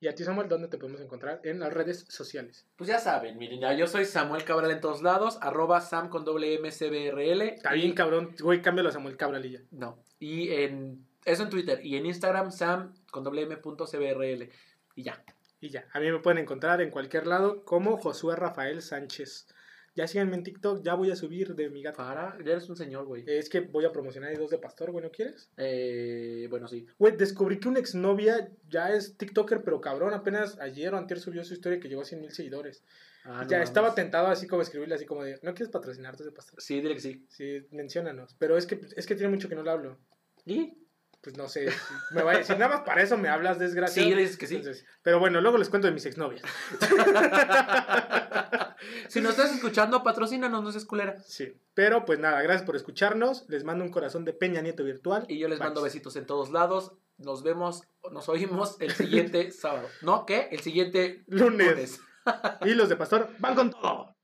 S2: Y a ti, Samuel, ¿dónde te podemos encontrar? En las redes sociales.
S1: Pues ya saben, miren, ya, yo soy Samuel Cabral en todos lados, arroba Sam con doble M C B R L.
S2: Está bien, cabrón. Güey, cámbialo a Samuel Cabralilla.
S1: No. Y en. Eso en Twitter. Y en Instagram, Sam con doble M punto CBRL. Y ya.
S2: Y ya, a mí me pueden encontrar en cualquier lado como Josué Rafael Sánchez. Ya síganme en TikTok, ya voy a subir de mi gata.
S1: Para. Ya eres un señor, güey.
S2: Es que voy a promocionar a dos de pastor, güey, ¿no quieres?
S1: Eh, bueno, sí.
S2: Güey, descubrí que una exnovia ya es TikToker, pero cabrón, apenas ayer o antier subió su historia que llegó a 100 mil seguidores.
S1: Ah, no
S2: ya
S1: mames.
S2: estaba tentado así como escribirle así como de, ¿no quieres patrocinar dos de pastor?
S1: Sí, dile que sí.
S2: Sí, menciónanos. Pero es que, es que tiene mucho que no le hablo.
S1: ¿Y?
S2: Pues no sé, si me va a decir, nada más para eso me hablas,
S1: Sí,
S2: desgraciado.
S1: dile que sí.
S2: Entonces, pero bueno, luego les cuento de mis exnovias.
S1: si nos estás escuchando, patrocínanos, no seas culera.
S2: Sí, pero pues nada, gracias por escucharnos. Les mando un corazón de Peña Nieto virtual.
S1: Y yo les
S2: Bye.
S1: mando besitos en todos lados. Nos vemos, nos oímos el siguiente sábado. ¿No? ¿Qué? El siguiente
S2: Lunes.
S1: lunes.
S2: Y los de Pastor van con todo.